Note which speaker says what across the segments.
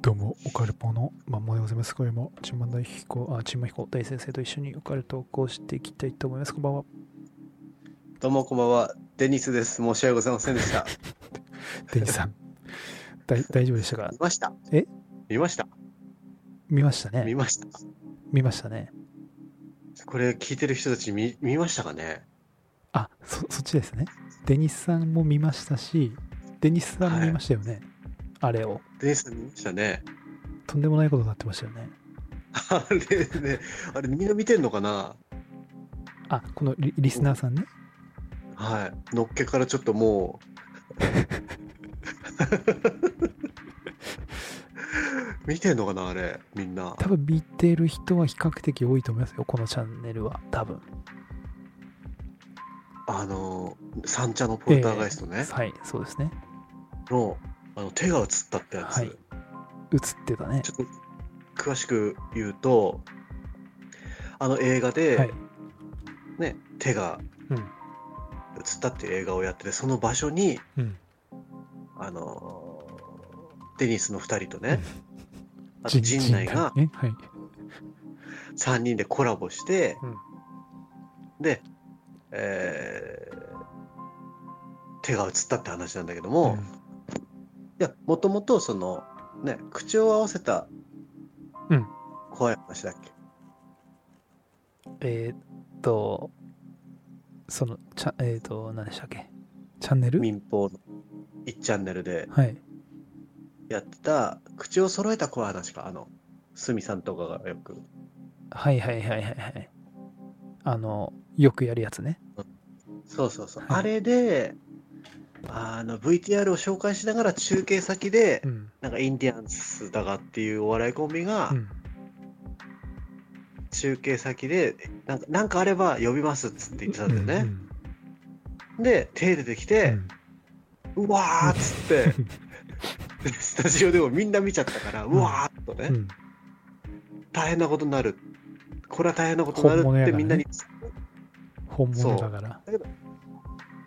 Speaker 1: どうも、オカルポのまんまでございます。これも、ちんま大彦、あ、ちんま彦大先生と一緒にオカルトをこうしていきたいと思います。こんばんは。
Speaker 2: どうもこんばんは、デニスです。申し訳ございませんで した。
Speaker 1: デニさん。 だい大丈夫でしたか
Speaker 2: 見ました。
Speaker 1: え
Speaker 2: 見ました。
Speaker 1: 見ました
Speaker 2: 見
Speaker 1: ね。
Speaker 2: ました。
Speaker 1: 見ましたね。
Speaker 2: これ聞いてる人たち見見ましたかね
Speaker 1: あ、そ、そっちですね。デニスさんも見ましたし、デニスさんも見ましたよね。あれを。
Speaker 2: デニスさん見ましたね。
Speaker 1: とんでもないことになってましたよね。
Speaker 2: あれね、あれみんな見てんのかな
Speaker 1: あ、このリリスナーさんね。
Speaker 2: はい。のっけからちょっとも う。見てんのかなあれ、みんな。
Speaker 1: 多分見てる人は比較的多いと思いますよ。このチャンネルは。多分。
Speaker 2: あの、三茶のポルターガイストね、
Speaker 1: はい、そうですね。
Speaker 2: の、あの手が映ったってやつ。
Speaker 1: はい映ってたね。
Speaker 2: ちょっと詳しく言うと、あの映画で、
Speaker 1: はい。
Speaker 2: ね、手が
Speaker 1: うん。
Speaker 2: 映ったっていう映画をやってて、その場所に、
Speaker 1: うん。
Speaker 2: あのーデニスの2人とね、あと
Speaker 1: 陣
Speaker 2: 陣内が
Speaker 1: 陣内ねはい。
Speaker 2: 3人でコラボして、
Speaker 1: うん
Speaker 2: で、えー手が映ったって話なんだけども、いや、もともとその、ね、口を合わせた、
Speaker 1: うん
Speaker 2: 怖い話だっけ
Speaker 1: えーっと、その、ちゃえーっと、何でしたっけチャンネル
Speaker 2: 民放の1チャンネルで
Speaker 1: はい。
Speaker 2: やってた口を揃えた怖い話かあの鷲見さんとかがよく
Speaker 1: はいはいはいはいはい。あの、よくやるやつね。
Speaker 2: そうそうそう、
Speaker 1: はい
Speaker 2: あれであの VTR を紹介しながら中継先で、
Speaker 1: うん。
Speaker 2: なんかインディアンスだがっていうお笑いコンビが
Speaker 1: うん。
Speaker 2: 中継先で、なんかなんかあれば呼びますっつって言ってたんだよ
Speaker 1: う
Speaker 2: ね、
Speaker 1: ん
Speaker 2: で手出てき
Speaker 1: う
Speaker 2: て
Speaker 1: ん、
Speaker 2: うわーっつってでスタジオでもみんな見ちゃったからうわーっとね、
Speaker 1: うんうん
Speaker 2: 大変なことになるこれは大変なことになる
Speaker 1: 本物
Speaker 2: っ
Speaker 1: やか
Speaker 2: て
Speaker 1: らね
Speaker 2: みんなに
Speaker 1: 本物だから。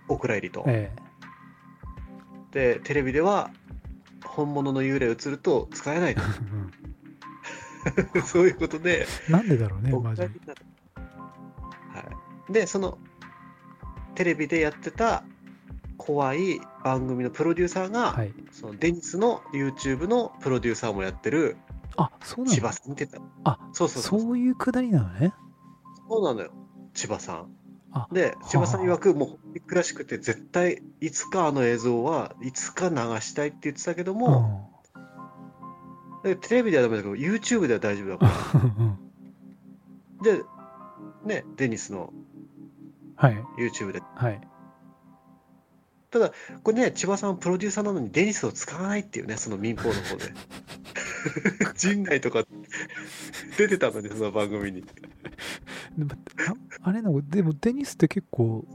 Speaker 2: お蔵入りと。
Speaker 1: え
Speaker 2: でテレビでは本物の幽霊映ると使えない
Speaker 1: え
Speaker 2: と
Speaker 1: うん
Speaker 2: そういうことで
Speaker 1: なんでだろうね、
Speaker 2: お
Speaker 1: マジで
Speaker 2: 蔵入。りになるはい、でそのテレビでやってた怖い番組のプロデューサーが、
Speaker 1: はい。
Speaker 2: そのデニスの YouTube のプロデューサーもやってる
Speaker 1: あ、そうな
Speaker 2: 千
Speaker 1: の
Speaker 2: 葉さんって言った
Speaker 1: あ
Speaker 2: そうそうそうそう
Speaker 1: そういうくだりなのね。
Speaker 2: なのよ千葉さん
Speaker 1: あ
Speaker 2: で千葉さん
Speaker 1: はあ
Speaker 2: 曰くもう悔しくて絶対いつかあの映像はいつか流したいって言ってたけども、でテレビではダメだけど YouTube では大丈夫だから
Speaker 1: うん。うん
Speaker 2: で、ね、デニスの
Speaker 1: はい。
Speaker 2: YouTube で。
Speaker 1: はい。
Speaker 2: これね、千葉さんプロデューサーなのにデニスを使わないっていうね、その民放の 方で。陣内とか出てたのに、その番組に。
Speaker 1: でもああれのでもデニスって結構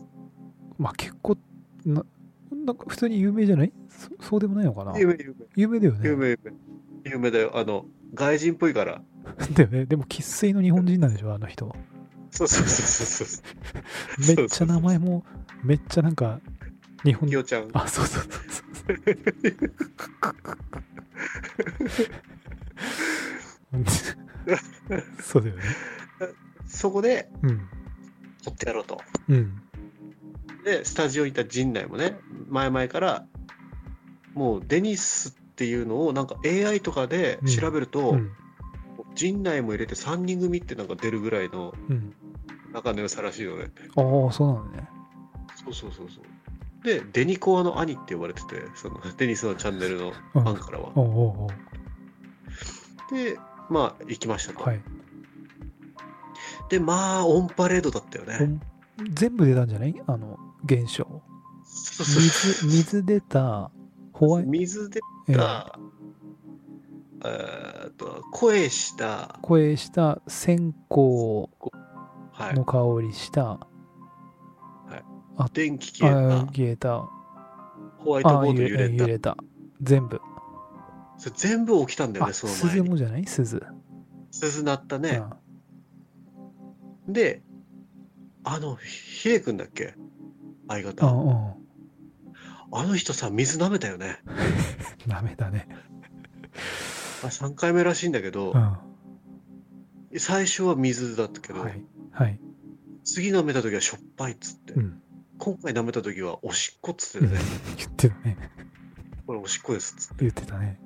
Speaker 1: まあ結構ななんか普通に有名じゃないそそうでもないのかな
Speaker 2: 有名、有
Speaker 1: 有名だよ
Speaker 2: 名、有
Speaker 1: ね
Speaker 2: 名、有名。有名だよ。あの、外人っぽいから。
Speaker 1: だよねでも生粋の日本人なんでしょあの人
Speaker 2: そうそうそうそうそう。
Speaker 1: めっちゃ名前もめっちゃなんか日本
Speaker 2: きよちゃん。
Speaker 1: あそうそうそうそうそうだよね
Speaker 2: そこで、
Speaker 1: うん
Speaker 2: 撮ってやろうと。
Speaker 1: うん
Speaker 2: で、スタジオにいた陣内もね、前々から、もうデニスっていうのを、なんか AI とかで調べると、
Speaker 1: うん
Speaker 2: 陣内も入れて3人組ってなんか出るぐらいの
Speaker 1: うん
Speaker 2: 仲の良さらしいよね。
Speaker 1: ああそうなんだね
Speaker 2: そうそうそうそう。で、デニコアの兄って呼ばれてて、そのデニスのチャンネルのファンからは。
Speaker 1: おうおう
Speaker 2: で、まあ、行きました
Speaker 1: お
Speaker 2: と。
Speaker 1: うはい
Speaker 2: で、まあ、オンパレードだったよ
Speaker 1: お
Speaker 2: ね。
Speaker 1: ん 全部出たんじゃないあの現象
Speaker 2: そうそう
Speaker 1: 水
Speaker 2: そう
Speaker 1: 水出たホワイ
Speaker 2: 水出
Speaker 1: えー
Speaker 2: た、えーっと、声した、
Speaker 1: 声した線香
Speaker 2: はい
Speaker 1: の、香りした、
Speaker 2: 電気消え
Speaker 1: あ
Speaker 2: た、
Speaker 1: 消えた
Speaker 2: ホワイト
Speaker 1: あ
Speaker 2: ボード揺
Speaker 1: ゆ
Speaker 2: れ
Speaker 1: 揺
Speaker 2: た。
Speaker 1: れた全部
Speaker 2: それ全部起きたんだよ
Speaker 1: あ
Speaker 2: ね、その前
Speaker 1: 鈴
Speaker 2: に。
Speaker 1: もじゃない鈴、
Speaker 2: 鈴鳴ったね。
Speaker 1: あ
Speaker 2: で、あの、ヒデ君だっけ相
Speaker 1: あ
Speaker 2: 方。
Speaker 1: うん
Speaker 2: あの人さ、水舐めたよね。
Speaker 1: ダメだね
Speaker 2: あ3回目らしいんだけど
Speaker 1: う、ん。
Speaker 2: 最初は水だったけど、
Speaker 1: はい。はい。
Speaker 2: 次舐めた時はしょっぱいっつって、
Speaker 1: うん。
Speaker 2: 今回舐めた時はおしっこっつってたね、
Speaker 1: 言ってたね。
Speaker 2: これおしっこですっつって
Speaker 1: 言ってたね。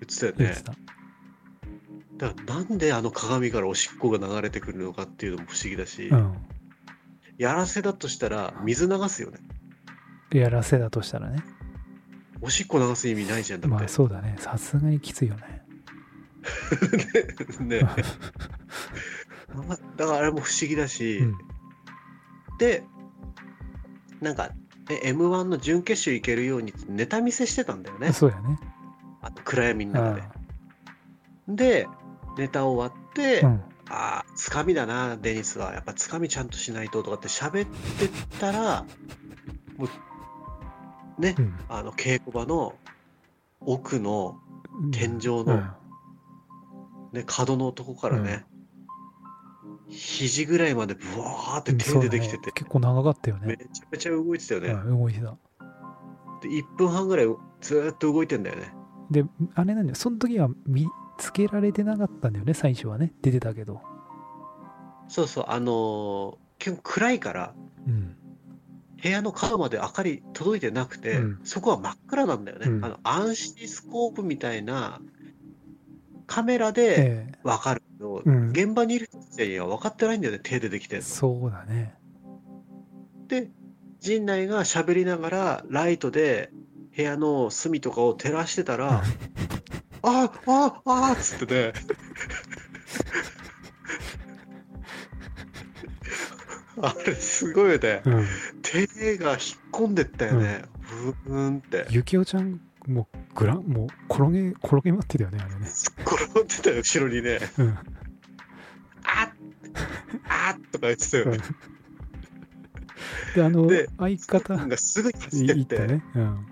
Speaker 2: 言ってた
Speaker 1: 言
Speaker 2: よ
Speaker 1: っ
Speaker 2: ね
Speaker 1: て。た。
Speaker 2: だからなんであの鏡からおしっこが流れてくるのかっていうのも不思議だし、
Speaker 1: うん。
Speaker 2: やらせだとしたら水流すよね。
Speaker 1: やらせだとしたらね。
Speaker 2: おしっこ流す意味ないじゃんだって。
Speaker 1: まあそうだね。さすがにきついよね。
Speaker 2: ねだからあれも不思議だし、
Speaker 1: うん。
Speaker 2: でなんか m 1の準決勝行けるようにってネタ見せしてたんだよね
Speaker 1: そうだよね。
Speaker 2: あの暗闇の
Speaker 1: う
Speaker 2: 中で。でネタ終わって、
Speaker 1: ん。うん。
Speaker 2: ああつかみだなデニスはやっぱつかみちゃんとしないととかって喋ってたらもうね
Speaker 1: うん
Speaker 2: あの稽古場の奥の、天井の
Speaker 1: うん
Speaker 2: ね、角のとこからね、肘ぐらいまでブワーって手出てきて
Speaker 1: そうだ
Speaker 2: て
Speaker 1: ね、結構長かったよ
Speaker 2: め
Speaker 1: ね。
Speaker 2: ちゃめちゃ動いてたよね、
Speaker 1: うん、動いてた。
Speaker 2: で1分半ぐらいずーっと動いてんだよね
Speaker 1: で、あれなんだよ。その時は見つけられてなかったんだよね、最初はね。出てたけど。
Speaker 2: そうそうあのー結構暗いから
Speaker 1: うん。
Speaker 2: 部屋の角まで明かり届いてなくて、
Speaker 1: うん
Speaker 2: そこは真っ暗なんだよね、
Speaker 1: うん
Speaker 2: あのアンシスコープみたいなカメラで
Speaker 1: え
Speaker 2: 分かるけど、
Speaker 1: えうん。
Speaker 2: 現場にいる人たちには分かってないんだよね手出てきて
Speaker 1: そうだね。
Speaker 2: で陣内が喋りながらライトで部屋の隅とかを照らして たら「ああああっつってねあれすごいよね
Speaker 1: うん。
Speaker 2: 手が引っ込んでったよねブーンって
Speaker 1: ゆきおちゃん、もう、グラン、もう、転げ、転げ待ってたよね、あれね。
Speaker 2: 転がってたよ後ろにね
Speaker 1: うん。
Speaker 2: 「あっあっ」とか言ってたよね
Speaker 1: で、あの
Speaker 2: で、
Speaker 1: 相方、
Speaker 2: なんかすぐに走って
Speaker 1: い
Speaker 2: っ
Speaker 1: った
Speaker 2: て
Speaker 1: ね。うん。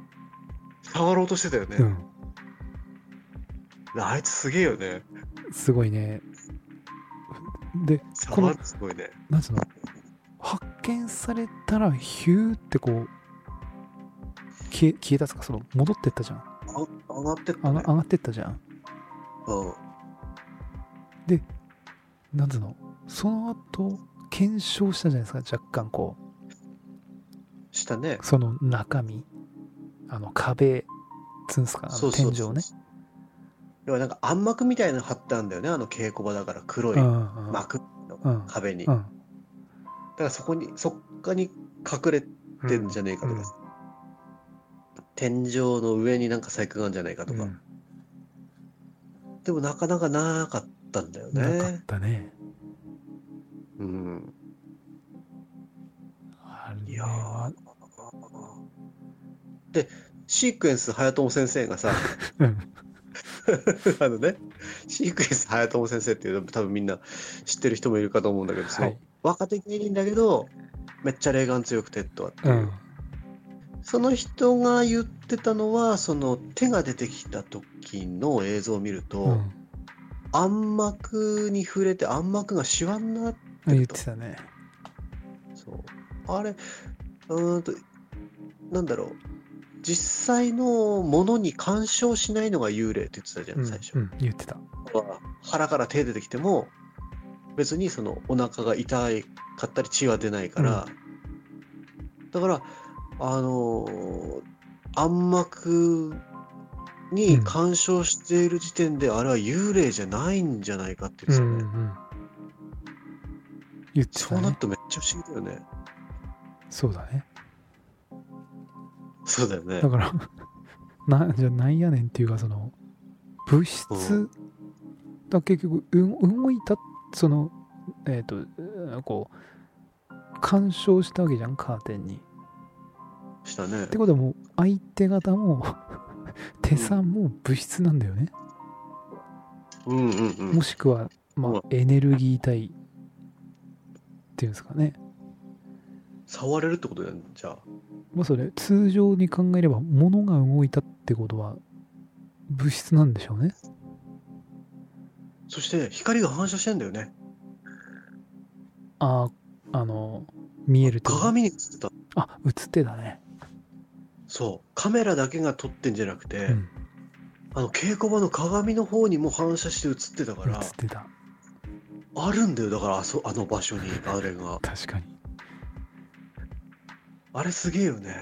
Speaker 2: 触ろうとしてたよね
Speaker 1: うん。
Speaker 2: あいつすげえよね
Speaker 1: すごいね。で、こ
Speaker 2: 触
Speaker 1: の
Speaker 2: るのすごいね
Speaker 1: なんつうの発見されたらヒューってこう消え消えたっつうかその戻ってったじゃん
Speaker 2: あ上がってっ
Speaker 1: あが
Speaker 2: たね
Speaker 1: 上がってったじゃん
Speaker 2: うん
Speaker 1: なんつうのその後検証したじゃないですか若干こ
Speaker 2: したね
Speaker 1: うその中身あの壁つうんすかあ
Speaker 2: そ
Speaker 1: の
Speaker 2: うそ
Speaker 1: 天
Speaker 2: うそ
Speaker 1: 井
Speaker 2: う
Speaker 1: ね
Speaker 2: 要はなんか暗幕みたいなの貼ったんだよねあの稽古場だから黒
Speaker 1: う
Speaker 2: い
Speaker 1: んうん
Speaker 2: 幕の
Speaker 1: うん
Speaker 2: 壁に
Speaker 1: う
Speaker 2: だ
Speaker 1: ん
Speaker 2: からそこにそっかに隠れてんじゃねえかとか天井の上になんか細工があるんじゃないかと
Speaker 1: う
Speaker 2: か
Speaker 1: ん
Speaker 2: でもなかなかなかったんだよ
Speaker 1: なかっ
Speaker 2: ね
Speaker 1: たね
Speaker 2: うん
Speaker 1: あ
Speaker 2: い
Speaker 1: れ
Speaker 2: や
Speaker 1: は
Speaker 2: ーでシークエンス早友先生がさ
Speaker 1: うん
Speaker 2: あのねシークエンス早友先生っていうの多分みんな知ってる人もいるかと思うんだけど、そ
Speaker 1: は
Speaker 2: の
Speaker 1: い
Speaker 2: 若手芸人だけどめっちゃ霊感強くてとはって
Speaker 1: う
Speaker 2: いう、
Speaker 1: ん
Speaker 2: その人が言ってたのはその手が出てきた時の映像を見ると、
Speaker 1: うん
Speaker 2: 暗幕に触れて暗幕がシワになって
Speaker 1: 言ってたね
Speaker 2: そうあれうーんとなんだろう実際のものに干渉しないのが幽霊って言ってたじゃん、
Speaker 1: うん
Speaker 2: 最初、
Speaker 1: うん言ってた
Speaker 2: は腹から手出てきても別にそのお腹が痛いかったり血は出ないから、だからあのー暗幕に干渉している時点で、あれは幽霊じゃないんじゃないかって言
Speaker 1: う
Speaker 2: っ
Speaker 1: ん
Speaker 2: て
Speaker 1: う
Speaker 2: たね、
Speaker 1: ん言って
Speaker 2: そ
Speaker 1: た
Speaker 2: うな
Speaker 1: ね
Speaker 2: るとめっちゃ不思議だよね
Speaker 1: そうだね
Speaker 2: そうだよね
Speaker 1: だから、な、じゃあなんやねんっていうか、その、物質、だ結局、うん動いた、その、えっ、とうん、こう、干渉したわけじゃん、カーテンに。
Speaker 2: したね
Speaker 1: ってことはもう、相手方も、 手さんも物質なんだよね。
Speaker 2: うんうんうん
Speaker 1: もしくは、ま
Speaker 2: う
Speaker 1: あ
Speaker 2: ん、
Speaker 1: エネルギー体っていうんですかね。
Speaker 2: 触れるってことだよねじゃあ
Speaker 1: まあ、それ、通常に考えれば、物が動いたってことは、物質なんでしょうね。
Speaker 2: そして光が反射してんだよね
Speaker 1: ああ、あの、見えると。
Speaker 2: 鏡に映ってた
Speaker 1: あ、映ってたね。
Speaker 2: そうカメラだけが撮ってんじゃなくて、
Speaker 1: うん
Speaker 2: あの稽古場の鏡の方にも反射して映ってたか
Speaker 1: 映
Speaker 2: ら
Speaker 1: ってた
Speaker 2: あるんだよだからあそあの場所にあれが
Speaker 1: 確かに
Speaker 2: あれすげえよね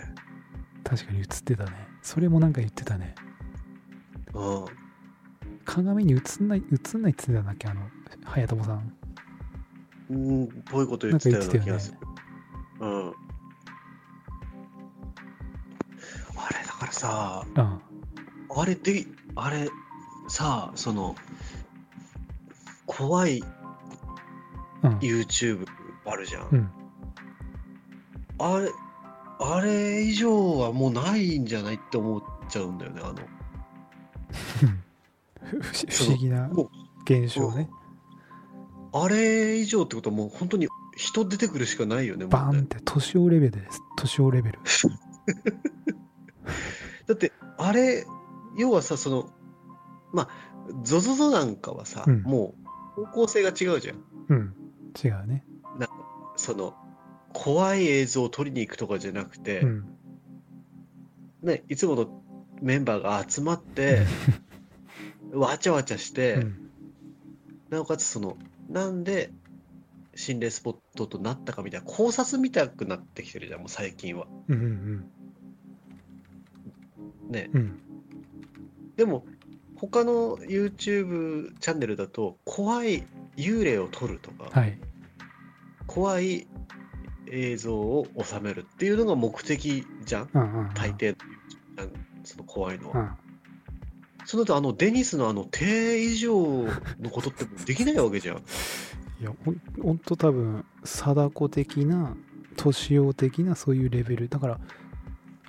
Speaker 1: 確かに映ってたねそれもなんか言ってたね
Speaker 2: うん
Speaker 1: 鏡に映んない映んないっつってたんだっけあの早友さん
Speaker 2: うんぽいこと言ってたような気がする。うん。あれだからさ、
Speaker 1: うん
Speaker 2: あれで、あれさ、その、怖い
Speaker 1: うん
Speaker 2: YouTube あるじゃん。
Speaker 1: うん
Speaker 2: あれ、あれ以上はもうないんじゃないって思っちゃうんだよね、あの。
Speaker 1: 不思不思議な
Speaker 2: も
Speaker 1: 現象ね
Speaker 2: う、あれ以上ってことはもう本当に人出てくるしかないよね、もうね
Speaker 1: バーンって年をレベルです年をレベル
Speaker 2: だってあれ要はさそのまあ ZOZO なんかはさ、
Speaker 1: うん
Speaker 2: もう方向性が違うじゃん
Speaker 1: うん違うね
Speaker 2: その怖い映像を撮りに行くとかじゃなくて、
Speaker 1: うん
Speaker 2: ね、いつものメンバーが集 まってわちゃわちゃして、
Speaker 1: うん
Speaker 2: なおかつそのなんで心霊スポットとなったかみたいな考察みたくなってきてるじゃんもう最近は
Speaker 1: うんうん
Speaker 2: ね
Speaker 1: うんうん
Speaker 2: でも他の YouTube チャンネルだと怖い幽霊を撮るとか、
Speaker 1: はい
Speaker 2: 怖い映像を収めるっていうのが目的じゃん
Speaker 1: うんうんうん
Speaker 2: 大抵のその怖いの
Speaker 1: う
Speaker 2: は、
Speaker 1: ん
Speaker 2: そのとあのデニスのあの手以上のことってできないわけじゃ ん
Speaker 1: いやほんほんと多分貞子的な年男的なそういうレベルだから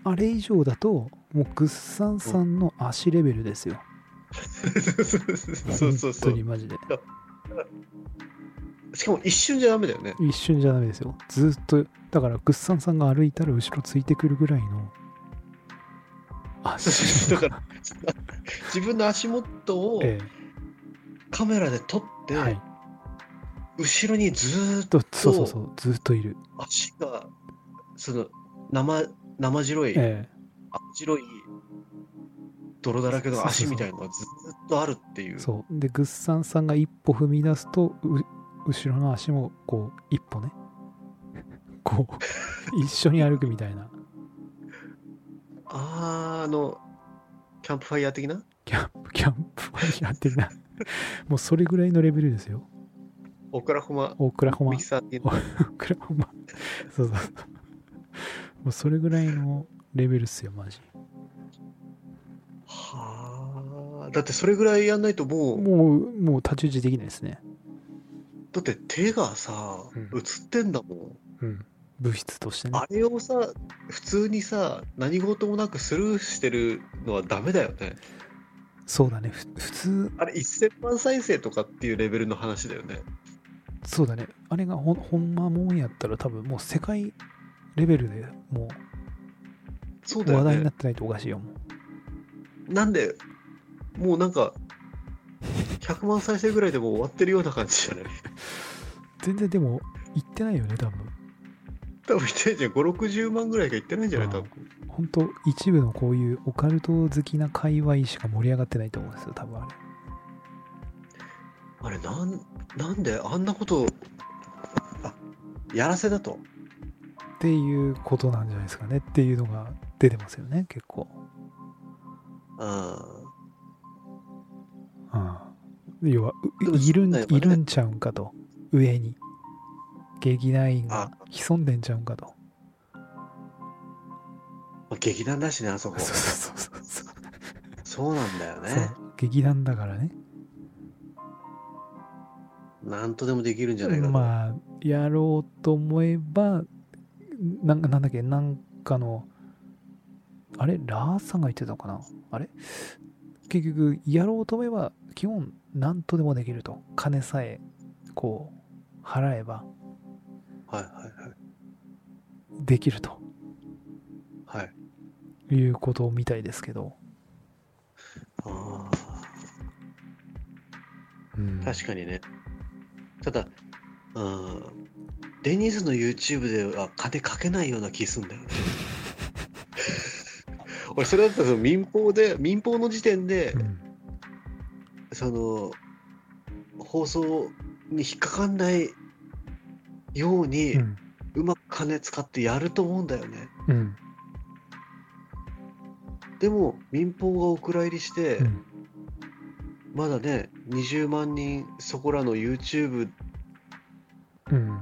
Speaker 1: あれ以上だともうグッサンさんの足レベルですよ、
Speaker 2: そうそうそ
Speaker 1: 本当に
Speaker 2: う
Speaker 1: マジで
Speaker 2: しかも一瞬じゃダメだよね
Speaker 1: 一瞬じゃダメですよずーっとだからグッサンさんが歩いたら後ろついてくるぐらいの足
Speaker 2: だから 自分の足元を
Speaker 1: え
Speaker 2: カメラで撮って、
Speaker 1: えはい
Speaker 2: 後ろにずーっと
Speaker 1: とそうそうそうずーっといる
Speaker 2: 足がその生生白い、
Speaker 1: え
Speaker 2: 白い泥だらけの足みたいのがずっとあるってい
Speaker 1: え
Speaker 2: う。
Speaker 1: そうでグッサンさんが一歩踏み出すとう後ろの足もこう一歩ね こう一緒に歩くみたいな
Speaker 2: あーあの、キャンプファイヤー的な
Speaker 1: キャンプ、キャンプファイヤー的な。もうそれぐらいのレベルですよ。
Speaker 2: オクラホマ
Speaker 1: オクラホマ
Speaker 2: ミキ、サー的
Speaker 1: お
Speaker 2: な。
Speaker 1: オクラホマ。そうそうそう。もうそれぐらいのレベルっすよ、マジ。
Speaker 2: はあ。だってそれぐらいやんないともう、
Speaker 1: もう、もう太刀打ちできないですね。
Speaker 2: だって手がさ
Speaker 1: うん、
Speaker 2: 映ってんだもん。
Speaker 1: うん。物質としてね。
Speaker 2: あれをさ、普通にさ、何事もなくスルーしてるのはダメだよね。
Speaker 1: そうだね。ふ普通、
Speaker 2: あれ1000万再生とかっていうレベルの話だよね。
Speaker 1: そうだね。あれがほんほんまもんやったら多分もう世界レベルでも
Speaker 2: そう
Speaker 1: う
Speaker 2: だ
Speaker 1: 話
Speaker 2: よ
Speaker 1: 題にな
Speaker 2: ね
Speaker 1: っ。てないとおかしいよ、もう。
Speaker 2: なんで、もうなんか、100万再生ぐらいでもう終わってるような感じじゃない
Speaker 1: 全然でも、言ってないよね、多分。
Speaker 2: 多分いってないじゃん。5、60万ぐらいがいってないんじゃない多分。
Speaker 1: 本当一部のこういうオカルト好きな界隈しか盛り上がってないと思うんですよ、多分あれ。
Speaker 2: あれ、なん、なんであんなこと、あ、やらせだと。
Speaker 1: っていうことなんじゃないですかねっていうのが出てますよね結構、
Speaker 2: あ
Speaker 1: うん、要は
Speaker 2: でも
Speaker 1: ういるん
Speaker 2: そうだよね
Speaker 1: いるんちゃうんかと上に劇団員が潜んでんちゃうんかと
Speaker 2: あ、劇団だしね、あそ
Speaker 1: そ
Speaker 2: こ
Speaker 1: う。そうそうそうそう
Speaker 2: そうなんだよ
Speaker 1: そ
Speaker 2: ね。
Speaker 1: う劇団だからね
Speaker 2: なんとでもできるんじゃないかと。
Speaker 1: まあやろうと思えばなんかなんだっけなんかのあれラーさんが言ってたのかなあれ結局やろうと思えば基本何とでもできると金さえこう払えば
Speaker 2: はいはいはい。
Speaker 1: できると
Speaker 2: はい。
Speaker 1: いうことみたいですけど、
Speaker 2: あ
Speaker 1: うん
Speaker 2: あ、確かにね。ただ、うん、デニーズの YouTube では金かけないような気すんだ よね。俺、それだったらその民放で、民放の時点で
Speaker 1: うん
Speaker 2: その放送に引っかかんないように
Speaker 1: うん
Speaker 2: うまく金使ってやると思うんだよね、
Speaker 1: うん
Speaker 2: でも民放がお蔵入りして、
Speaker 1: うん
Speaker 2: まだね20万人そこらの YouTube
Speaker 1: うん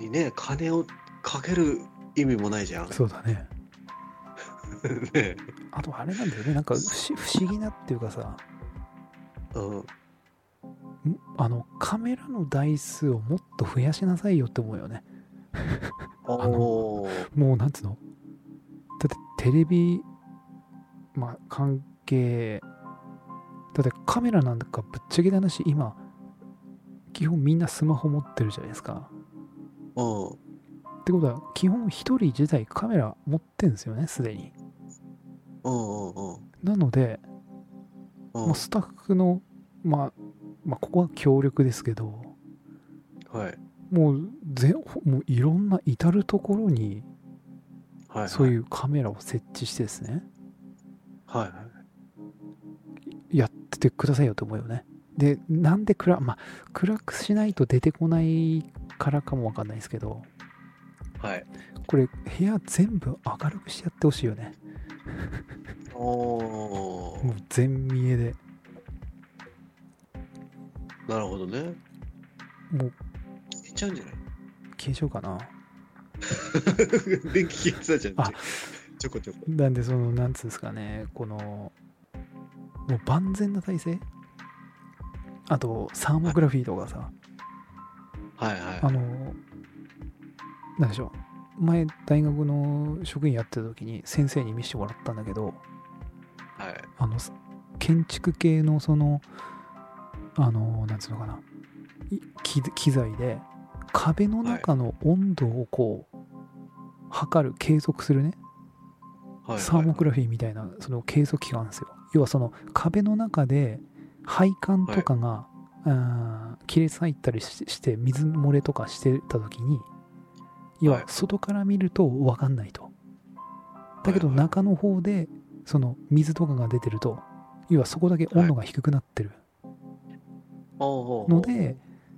Speaker 2: にね金をかける意味もないじゃん。
Speaker 1: そうだね
Speaker 2: ね
Speaker 1: あとあれなんだよねなんか不思不思議なっていうかさ
Speaker 2: うん、
Speaker 1: んあのカメラの台数をもっと増やしなさいよって思うよね
Speaker 2: おー
Speaker 1: もうなんつうのだってテレビまあ関係だってカメラなんかぶっちゃけた話今基本みんなスマホ持ってるじゃないですか
Speaker 2: うん
Speaker 1: ってことは基本一人自体カメラ持ってんですよねすでに
Speaker 2: うんうん
Speaker 1: なので
Speaker 2: うん
Speaker 1: もうスタッフの、まあ、まあここは協力ですけど
Speaker 2: はい
Speaker 1: もうぜほもういろんな至る所に
Speaker 2: はい
Speaker 1: そういううカメラを設置してですね
Speaker 2: はい
Speaker 1: やっててくださいよと思うよね。で、なんで暗、まあ、暗くしないと出てこないからかもわかんないですけど、
Speaker 2: はいはい
Speaker 1: これ、部屋全部明るくしてやってほしいよね。
Speaker 2: お
Speaker 1: も
Speaker 2: ー
Speaker 1: う全見えで。
Speaker 2: なるほどね
Speaker 1: もう
Speaker 2: 消えちゃうんじゃない
Speaker 1: 消えちゃうかな。
Speaker 2: 電気消えてたじゃん
Speaker 1: あ
Speaker 2: ちょこちょこ
Speaker 1: なんで、その、なんつうんですかね、この、もう万全な体勢あと、サーモグラフィーとかさ、
Speaker 2: はいはい
Speaker 1: あの、なんでしょう。前、大学の職員やってた時に先生に見せてもらったんだけど、
Speaker 2: はい
Speaker 1: あのす建築系のそのあのなんつうのかない機機材で壁の中の温度をこう、測る計測するね
Speaker 2: はい
Speaker 1: サーモグラフィーみたいなその計測器があるんですよ要はその壁の中で配管とかが、あー亀裂入ったりしして水漏れとかしてた時に要
Speaker 2: は
Speaker 1: はい外から見ると分かんないと、だけど
Speaker 2: はいはい
Speaker 1: 中の方でその水とかが出てると要はそこだけ温度が低くなってるの
Speaker 2: の
Speaker 1: で、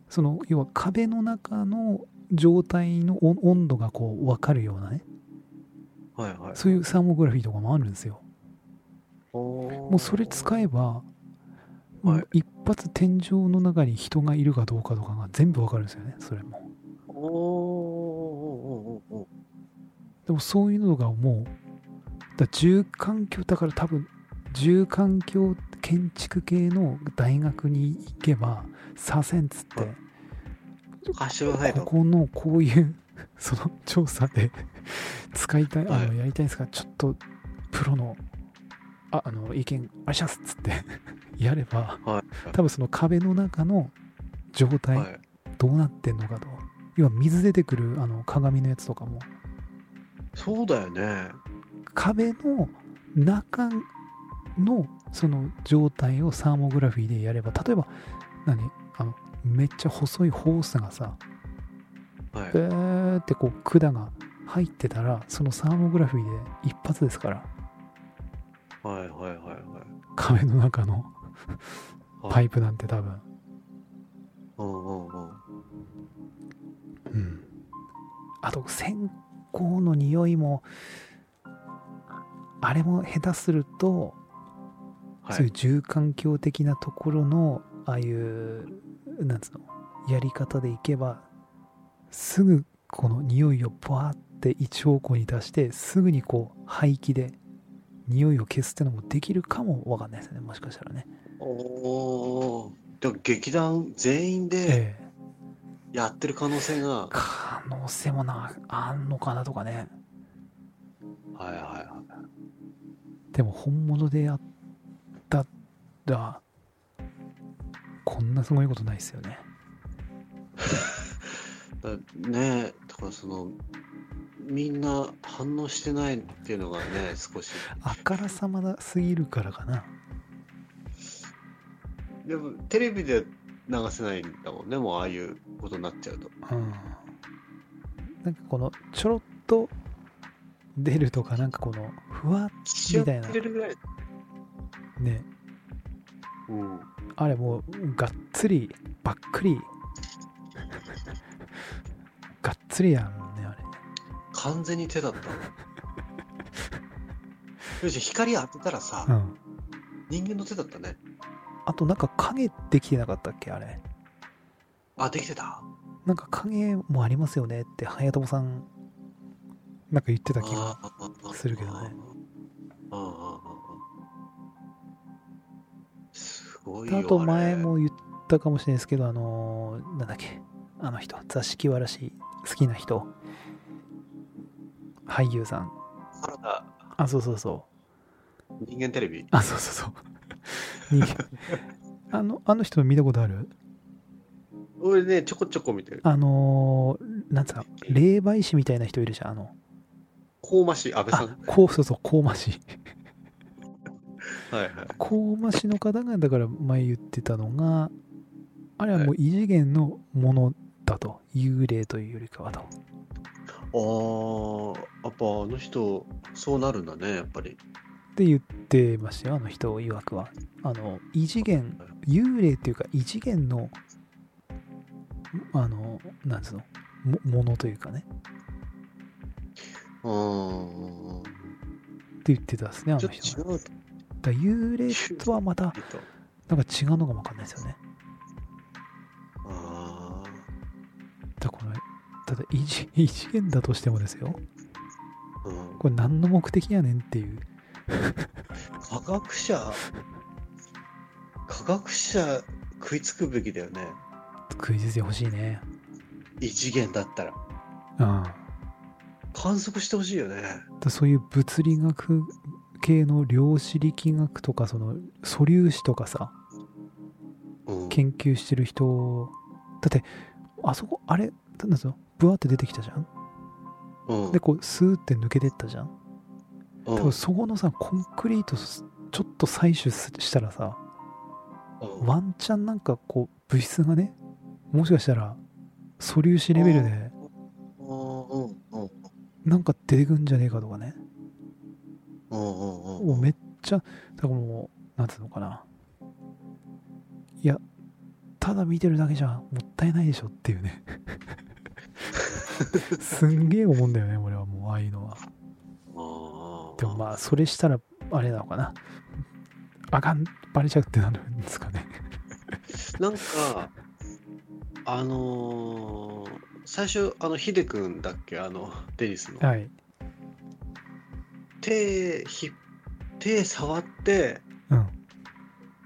Speaker 1: その要は壁の中の状態の温温度がこう分かるようなね
Speaker 2: はいはい、
Speaker 1: そういうサーモグラフィーとかもあるんですよ
Speaker 2: も
Speaker 1: もうそれ使えば、
Speaker 2: はい
Speaker 1: もう一発天井の中に人がいるかどうかとかが全部わかるんですよねそれも
Speaker 2: おーおーおーおーおー
Speaker 1: でもそういうのがもうだ住環境だから多分住環境建築系の大学に行けば左遷っつって、
Speaker 2: はい柏サイ
Speaker 1: こ
Speaker 2: ト
Speaker 1: このこういう その調査で 使いたいあ
Speaker 2: は
Speaker 1: の
Speaker 2: い
Speaker 1: やりたいんですが、ちょっとプロのああの意見あしゃすっつって やれば
Speaker 2: は
Speaker 1: 多分その壁の中の状
Speaker 2: い
Speaker 1: 態、
Speaker 2: はい
Speaker 1: どうなってんのかと要は水出てくるあの鏡のやつとかも
Speaker 2: そうだよね
Speaker 1: 壁の中のその状態をサーモグラフィーでやれば例えば何あのめっちゃ細いホースがさ
Speaker 2: はい
Speaker 1: ブーってこう管が入ってたらそのサーモグラフィーで一発ですから
Speaker 2: はいはいはいはい
Speaker 1: 壁の中の
Speaker 2: はい
Speaker 1: パイプなんて多分、
Speaker 2: うんうんうん
Speaker 1: うん、あと線香の匂いもあれも下手すると
Speaker 2: は
Speaker 1: そういう
Speaker 2: い
Speaker 1: 住環境的なところのああいうなんつうのやり方でいけばすぐこの匂いをブワーって一方向に出してすぐにこう排気で匂いを消すってのもできるかもわかんないですねもしかしたらね。
Speaker 2: おーでも劇団全員で
Speaker 1: ええ
Speaker 2: やってる可能性が、
Speaker 1: 可能性もなあんのかなとかね
Speaker 2: はいはいは
Speaker 1: でも本物でやったらこんなすごいことないですよね。
Speaker 2: いだねえだからそのみんな反応してないっていうのがね少し
Speaker 1: あからさまだすぎるからかな。
Speaker 2: でもテレビで流せないんだもんねもうああいうことになっちゃうと
Speaker 1: うんなんかこのちょろっと出るとかなんかこのふわ
Speaker 2: 聞き
Speaker 1: みたいな
Speaker 2: れるぐらい
Speaker 1: ね
Speaker 2: うん。
Speaker 1: あれもうがっつりばっくり がっつりやもんねあれ
Speaker 2: 完全に 手だったわ。よし、光当てたらさ、
Speaker 1: うん
Speaker 2: 人間の手だったね。
Speaker 1: あとなんか影できてなかったっけあれ
Speaker 2: あ、できてた。
Speaker 1: なんか影もありますよねって早友さんなんか言ってた気が
Speaker 2: あーあー
Speaker 1: するけどね。
Speaker 2: あーあーあーあーすごいよ。
Speaker 1: あと前
Speaker 2: れ。
Speaker 1: も言ったかもしれないですけどあのーなんだっけあの人座敷わらし好きな人俳優さん
Speaker 2: 原田
Speaker 1: あそうそうそう
Speaker 2: 人間テレビ。
Speaker 1: あ、そうそうそう。 にあの、あの人見たことある
Speaker 2: 俺ね、ちょこちょこ見てる。
Speaker 1: あのー、なんつうか、霊媒師みたいな人いるじゃん、あの、
Speaker 2: 高まし、安倍さ
Speaker 1: あ
Speaker 2: ん。、
Speaker 1: こう、そうそう、高まし。
Speaker 2: はいはい。
Speaker 1: 高ましの方が、だから前言ってたのが、あれはもう異次元のものだと、幽霊というよりかはと。
Speaker 2: あーやっぱあの人、そうなるんだね、やっぱり。
Speaker 1: って言ってましたよ、あの人曰くは。あの、異次元、幽霊っていうか、異次元の、あの、なんつうの、もものというかね、
Speaker 2: うーん。
Speaker 1: って言ってたですね、あ
Speaker 2: ち
Speaker 1: の
Speaker 2: ょっ
Speaker 1: 人は。だから
Speaker 2: と違うと
Speaker 1: 幽霊とはまた、
Speaker 2: 言うと。
Speaker 1: なんか違うのかもわかんないですよね。
Speaker 2: あ
Speaker 1: だからこの、ただ異次異次元だとしてもですよ。
Speaker 2: ーうん
Speaker 1: これ何の目的やねんっていう。
Speaker 2: 科学者、科学者食いつくべきだよね。
Speaker 1: クイズで欲しいね。
Speaker 2: 異次元だったら。
Speaker 1: うん。
Speaker 2: 観測してほしいよね。
Speaker 1: だそういう物理学系の量子力学とか、その素粒子とかさ、
Speaker 2: うん。
Speaker 1: 研究してる人、だって、あそこ、あれ、なんだぞ、ブワーって出てきたじゃん。
Speaker 2: うん
Speaker 1: で、こう、スーって抜けてったじゃん。
Speaker 2: う
Speaker 1: 多
Speaker 2: ん
Speaker 1: 分そこのさ、コンクリートす、ちょっと採取すしたらさ、
Speaker 2: うん
Speaker 1: ワンチャンなんかこう物質がねもしかしたら素粒子レベルで
Speaker 2: うんうんうん
Speaker 1: なんか出てくんじゃねえかとかね
Speaker 2: うんうん
Speaker 1: もうめっちゃだからもうなんていうのかないやただ見てるだけじゃもったいないでしょっていう ねすんげえ思うんだよね俺はもうああいうのは
Speaker 2: あ
Speaker 1: でもまあそれしたらあれなのかなあかんバレちゃうってなるんですかね
Speaker 2: あなんかあのー最初あのヒデ君だっけあのデニスの
Speaker 1: はい
Speaker 2: 手ひ手触って
Speaker 1: うん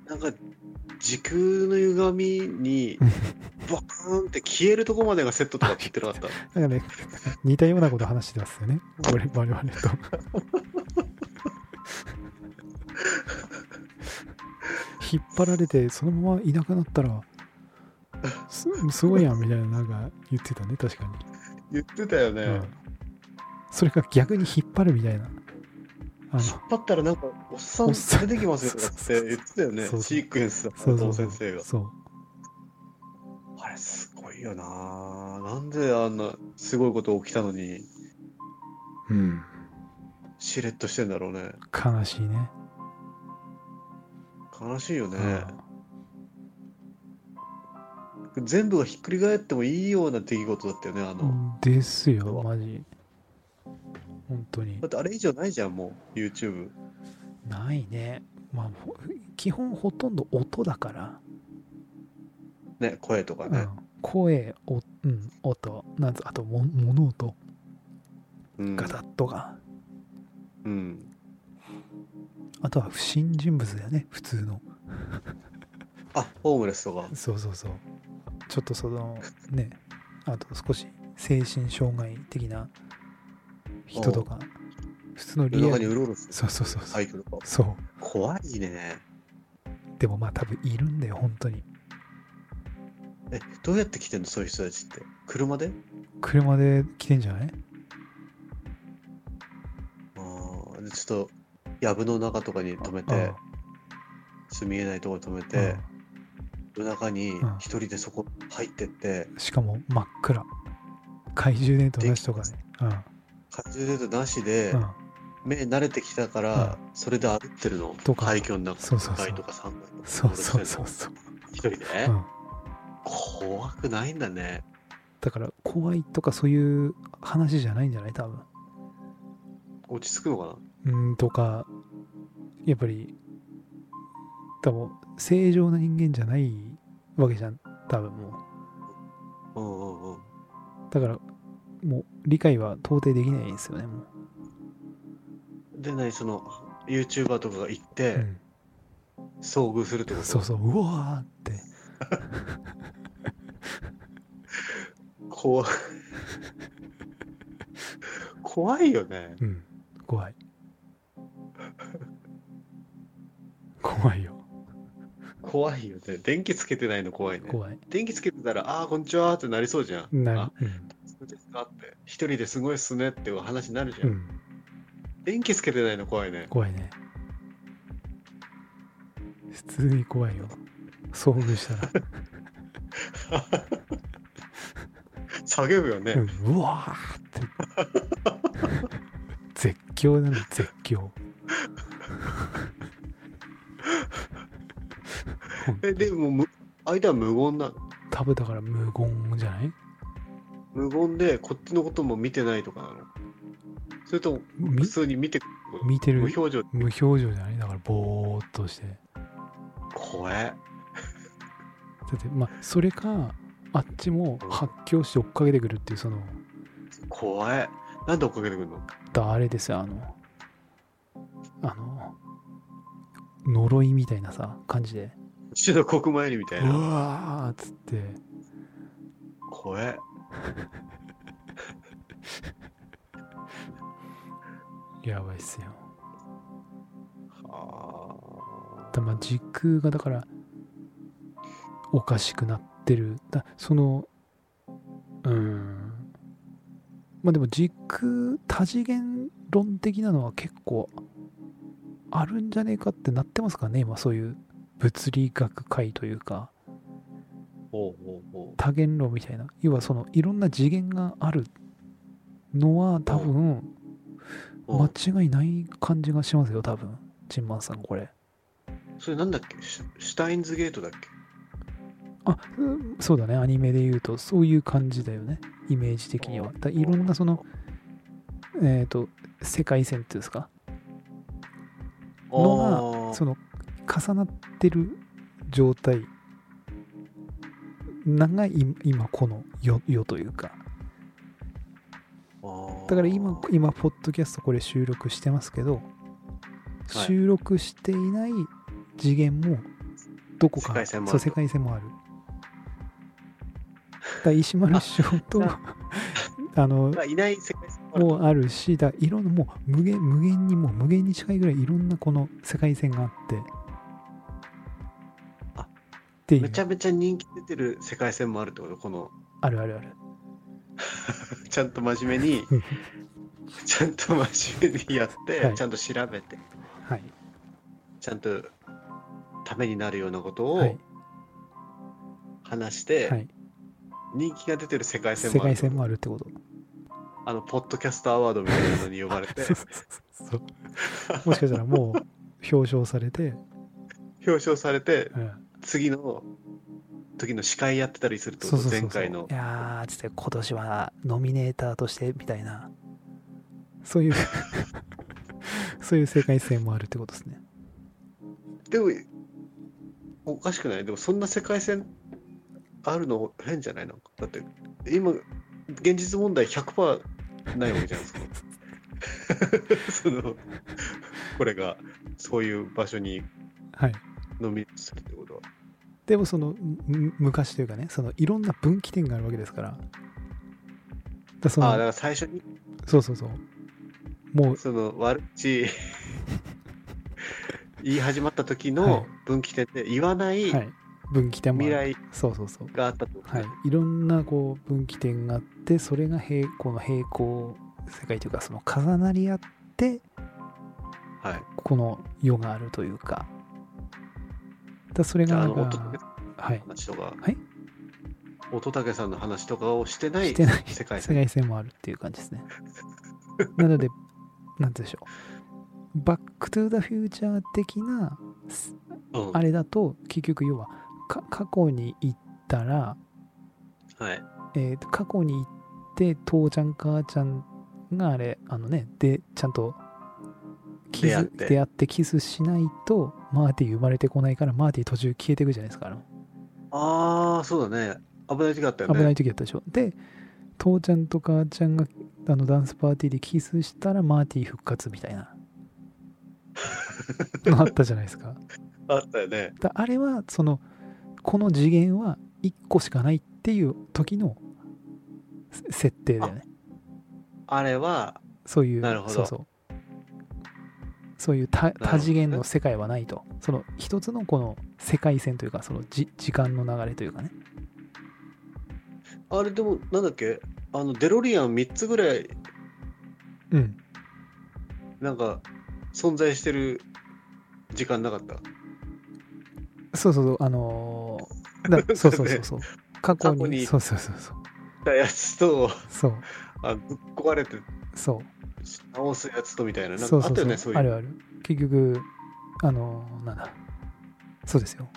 Speaker 2: なんか時空の歪みにバーンって消えるとこまでがセットとかって言ってなかった
Speaker 1: なんかね、似たようなこと話してますよね。俺、我 々と。引っ張られて、そのままいなくなったら、すすごいやんみたいな、なんか言ってたね、確かに。
Speaker 2: 言ってたよね、
Speaker 1: うんそれが逆に引っ張るみたいな。あの、
Speaker 2: 引っ張ったらなんかおっさ
Speaker 1: お
Speaker 2: ん
Speaker 1: っさん
Speaker 2: 出てきますよとかって言ってたよね
Speaker 1: そうそう
Speaker 2: シークエンスだった
Speaker 1: そうそうそう
Speaker 2: 先生が
Speaker 1: そう。
Speaker 2: あれすごいよなぁなんであんなすごいこと起きたのに
Speaker 1: うん。
Speaker 2: しれっとしてんだろうね
Speaker 1: 悲しいね。
Speaker 2: 悲しいよね、
Speaker 1: うん
Speaker 2: 全部がひっくり返ってもいいような出来事だったよねあの、
Speaker 1: ですよ、マジ。本当に
Speaker 2: だっ。てあれ以上ないじゃんもう YouTube
Speaker 1: ないね。まあ、ほ基本ほとんど音だから。
Speaker 2: ね声とか
Speaker 1: う
Speaker 2: ね
Speaker 1: ん、声お、うん、音なんつあとも物音
Speaker 2: うん
Speaker 1: ガタッとか、
Speaker 2: うん
Speaker 1: あとは不審人物だよね普通の
Speaker 2: あホームレスとか
Speaker 1: そうそうそうちょっとそのねあと少し精神障害的な人とか普通の
Speaker 2: 夜
Speaker 1: リア
Speaker 2: 中に
Speaker 1: ル
Speaker 2: うろうろする
Speaker 1: そうそうそうそう、
Speaker 2: サイクルとか
Speaker 1: そう
Speaker 2: 怖いね
Speaker 1: でもまあ多分いるんだよ本当に
Speaker 2: えどうやって来てんのそういう人たちって車で
Speaker 1: 車で来てんじゃない
Speaker 2: あーでちょっと藪の中とかに止めて住みえないとこに止め
Speaker 1: うん
Speaker 2: て、夜中に
Speaker 1: ん
Speaker 2: 一人でそこ入ってって
Speaker 1: うんしかも真っ暗懐中電灯なしとかね
Speaker 2: 懐中電灯なしで
Speaker 1: うん、うん
Speaker 2: 目慣れてきたから、それで歩ってるの。
Speaker 1: とか
Speaker 2: 廃墟の中
Speaker 1: そうそう
Speaker 2: 2
Speaker 1: そう
Speaker 2: 階とか3階とか。
Speaker 1: そうそうそうそう、
Speaker 2: 一人で、
Speaker 1: うん、
Speaker 2: 怖くないんだね。
Speaker 1: だから怖いとかそういう話じゃないんじゃない多分
Speaker 2: 落ち着くのかな
Speaker 1: うんとかやっぱり多分正常な人間じゃないわけじゃん多分もう
Speaker 2: うんうんうん。
Speaker 1: だからもう理解は到底できないですよねもう、
Speaker 2: で、何その、YouTuber とかが行って、
Speaker 1: うん
Speaker 2: 遭遇するってこと
Speaker 1: そうそううわーって
Speaker 2: 怖い。 怖いよね。
Speaker 1: うん怖 い怖いよ
Speaker 2: 怖いよね。電気つけてないの怖いね。
Speaker 1: 怖い
Speaker 2: 電気つけてたら、ああー、こんにちはってなりそうじゃん。
Speaker 1: な
Speaker 2: あ
Speaker 1: る
Speaker 2: そうですかって。一人ですごいっすねっていう話になるじゃ
Speaker 1: うん
Speaker 2: ん。
Speaker 1: うん
Speaker 2: 電気つけてないの怖いね。
Speaker 1: 怖いね普通に怖いよ遭遇したら、
Speaker 2: 叫ぶよね。
Speaker 1: うん、うわーって 絶叫なの絶叫
Speaker 2: え、でもむ、相手は無言なの。
Speaker 1: 多分だから無言じゃない
Speaker 2: 無言で、こっちのことも見てないとかなの。それとも、
Speaker 1: み
Speaker 2: 普通に見て、
Speaker 1: 見て
Speaker 2: 無
Speaker 1: る
Speaker 2: 表情、
Speaker 1: 無表情じゃないだからぼーっとしてだ
Speaker 2: 怖え。
Speaker 1: ってまあそれかあっちも発狂して追っかけてくるっていうその
Speaker 2: 怖え。なんで追っかけてくるの
Speaker 1: 誰ですよあのあの呪いみたいなさ感じで
Speaker 2: 一度国参りみたいうな。
Speaker 1: わーっつって
Speaker 2: 怖え。
Speaker 1: やばいっすよ
Speaker 2: あ
Speaker 1: だまあ時空がだからおかしくなってるだそのうんまあでも時空多次元論的なのは結構あるんじゃねえかってなってますかね今そういう物理学界というか
Speaker 2: ーほうほうほ
Speaker 1: 多元論みたいな要はそのいろんな次元があるのは多分
Speaker 2: ううん。
Speaker 1: 間違いない感じがしますよ多分チンマンさんこれ
Speaker 2: それなんだっけシュシュタインズゲートだっけ
Speaker 1: あうんそうだねアニメで言うとそういう感じだよねイメージ的にはだいろんなそのえっ、と世界線っていうんですかの
Speaker 2: あー
Speaker 1: その重なってる状態長い今この世世というか
Speaker 2: あー
Speaker 1: だから今今ポッドキャストこれ収録してますけど、
Speaker 2: い
Speaker 1: 収録していない次元もどこか
Speaker 2: 世界線もある
Speaker 1: そう世界線もあるだから石丸師匠と
Speaker 2: あ
Speaker 1: あの
Speaker 2: まあいない世界線もある
Speaker 1: もうあるしだいろんなもう無限無限にもう無限に近いぐらいいろんなこの世界線があって
Speaker 2: あ
Speaker 1: っていう
Speaker 2: めちゃめちゃ人気出てる世界線もあるってことこの
Speaker 1: あるあるある
Speaker 2: ちゃんと真面目に
Speaker 1: うん
Speaker 2: ちゃんと真面目にやって、
Speaker 1: はい
Speaker 2: ちゃんと調べて
Speaker 1: はい
Speaker 2: ちゃんとためになるようなこと
Speaker 1: は
Speaker 2: を
Speaker 1: い
Speaker 2: 話して、
Speaker 1: はい
Speaker 2: 人気が出てる世界線
Speaker 1: 世
Speaker 2: もある
Speaker 1: 界線もあるってこと
Speaker 2: あのポッドキャストアワードみたいなのに呼ばれ て
Speaker 1: そうそうそうそうもしかしたらもう表彰されて、
Speaker 2: 表彰されて
Speaker 1: うん、
Speaker 2: 次の時の司会やってたりするって
Speaker 1: そ
Speaker 2: こ
Speaker 1: う
Speaker 2: と
Speaker 1: そうそうそう
Speaker 2: 前回の
Speaker 1: いやーつって今年はノミネーターとしてみたいなそういう そういう世界線もあるってことですね
Speaker 2: でもおかしくないでもそんな世界線あるの変じゃないなんかだって今現実問題100%ないわけじゃないですか そのこれがそういう場所に
Speaker 1: はい
Speaker 2: 飲みするってことは
Speaker 1: でもそのむ昔というかねそのいろんな分岐点があるわけですからだそ
Speaker 2: ああだか
Speaker 1: の
Speaker 2: ら最初に
Speaker 1: そうそうそうもう
Speaker 2: その悪口 言い始まった時
Speaker 1: は
Speaker 2: の
Speaker 1: い
Speaker 2: 分岐点で言わない
Speaker 1: はい分岐点もあ
Speaker 2: 未
Speaker 1: る
Speaker 2: 来
Speaker 1: そうそうそう
Speaker 2: があったってこと、
Speaker 1: はい、いろんなこう分岐点があってそれが平行の平行世界というかその重なり合って
Speaker 2: はい、
Speaker 1: この世があるというかだそれ
Speaker 2: じゃ
Speaker 1: が
Speaker 2: ああ
Speaker 1: なんか
Speaker 2: の乙武さん
Speaker 1: はい
Speaker 2: の話とか、
Speaker 1: はい
Speaker 2: 乙武さんの話とかをしてない
Speaker 1: してない
Speaker 2: 世界
Speaker 1: 世
Speaker 2: 線
Speaker 1: 界線もあるっていう感じですねなのでなんて言うんでしょうバック・トゥ・ザ・フューチャー的なす
Speaker 2: うん。
Speaker 1: あれだと結局要はか過去に行ったら、
Speaker 2: はい。
Speaker 1: えーと過去に行って父ちゃん母ちゃんがあれあのねでちゃんとキ
Speaker 2: 出会っ
Speaker 1: ス
Speaker 2: て
Speaker 1: 出会ってキスしないとマーティ生まれてこないからマーティ途中消えていくじゃないですかあの
Speaker 2: ああ、そうだね。危ない時だったよね。
Speaker 1: 危ない時だったでしょで父ちゃんと母ちゃんがあのダンスパーティーでキスしたらマーティ復活みた いなのあったじゃないですか
Speaker 2: あったよね。
Speaker 1: だあれはそのこの次元は1個しかないっていう時のせ設定だよね
Speaker 2: あれは、
Speaker 1: そういう
Speaker 2: なるほど
Speaker 1: そうそうそういう多
Speaker 2: ほどね
Speaker 1: 多次元の世界はないとその一つのこの世界線というかそのじ時間の流れというかね
Speaker 2: あれでも、なんだっけあの、デロリアン3つぐらい、
Speaker 1: うん
Speaker 2: なんか、存在してる時間なかった。
Speaker 1: そうそうそうあのー だそうそうそうそう過去に
Speaker 2: 過去に
Speaker 1: そうそうそうそう
Speaker 2: だやつと、
Speaker 1: そう
Speaker 2: あぶっ壊れて
Speaker 1: そう
Speaker 2: 直すやつとみたいな、なんか
Speaker 1: そ
Speaker 2: あ
Speaker 1: う
Speaker 2: っ
Speaker 1: そう
Speaker 2: たよね、
Speaker 1: そ
Speaker 2: そうう
Speaker 1: あ
Speaker 2: いう。
Speaker 1: るある結局あのーなんだそうですよ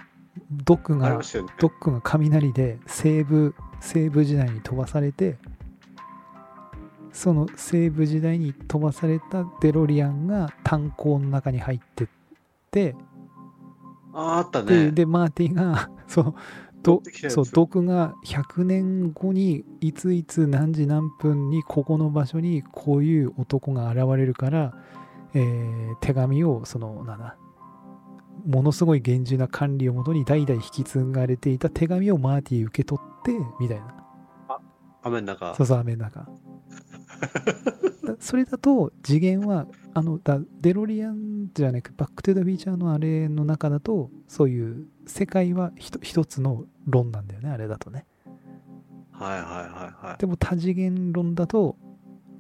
Speaker 1: ドック
Speaker 2: あり
Speaker 1: が
Speaker 2: ましたよね。
Speaker 1: ドックが雷で西部西部時代に飛ばされてその西部時代に飛ばされたデロリアンが炭鉱の中に入ってって、
Speaker 2: ああ、あった
Speaker 1: で
Speaker 2: ね。
Speaker 1: でマーティが その
Speaker 2: 取
Speaker 1: ど
Speaker 2: ってきたやつ
Speaker 1: そう毒が100年後にいついつ何時何分にここの場所にこういう男が現れるから、えー手紙をそのなんだものすごい厳重な管理をもとに代々引き継がれていた手紙をマーティ受け取ってみたいな
Speaker 2: 雨の中。
Speaker 1: そうそう、雨の中。だそれだと次元はあのだデロリアンじゃなくバック・トゥ・ザ・フィーチャーのあれの中だとそういう世界はひと一つの論なんだよねあれだとね
Speaker 2: はいはいはいはい。
Speaker 1: でも多次元論だと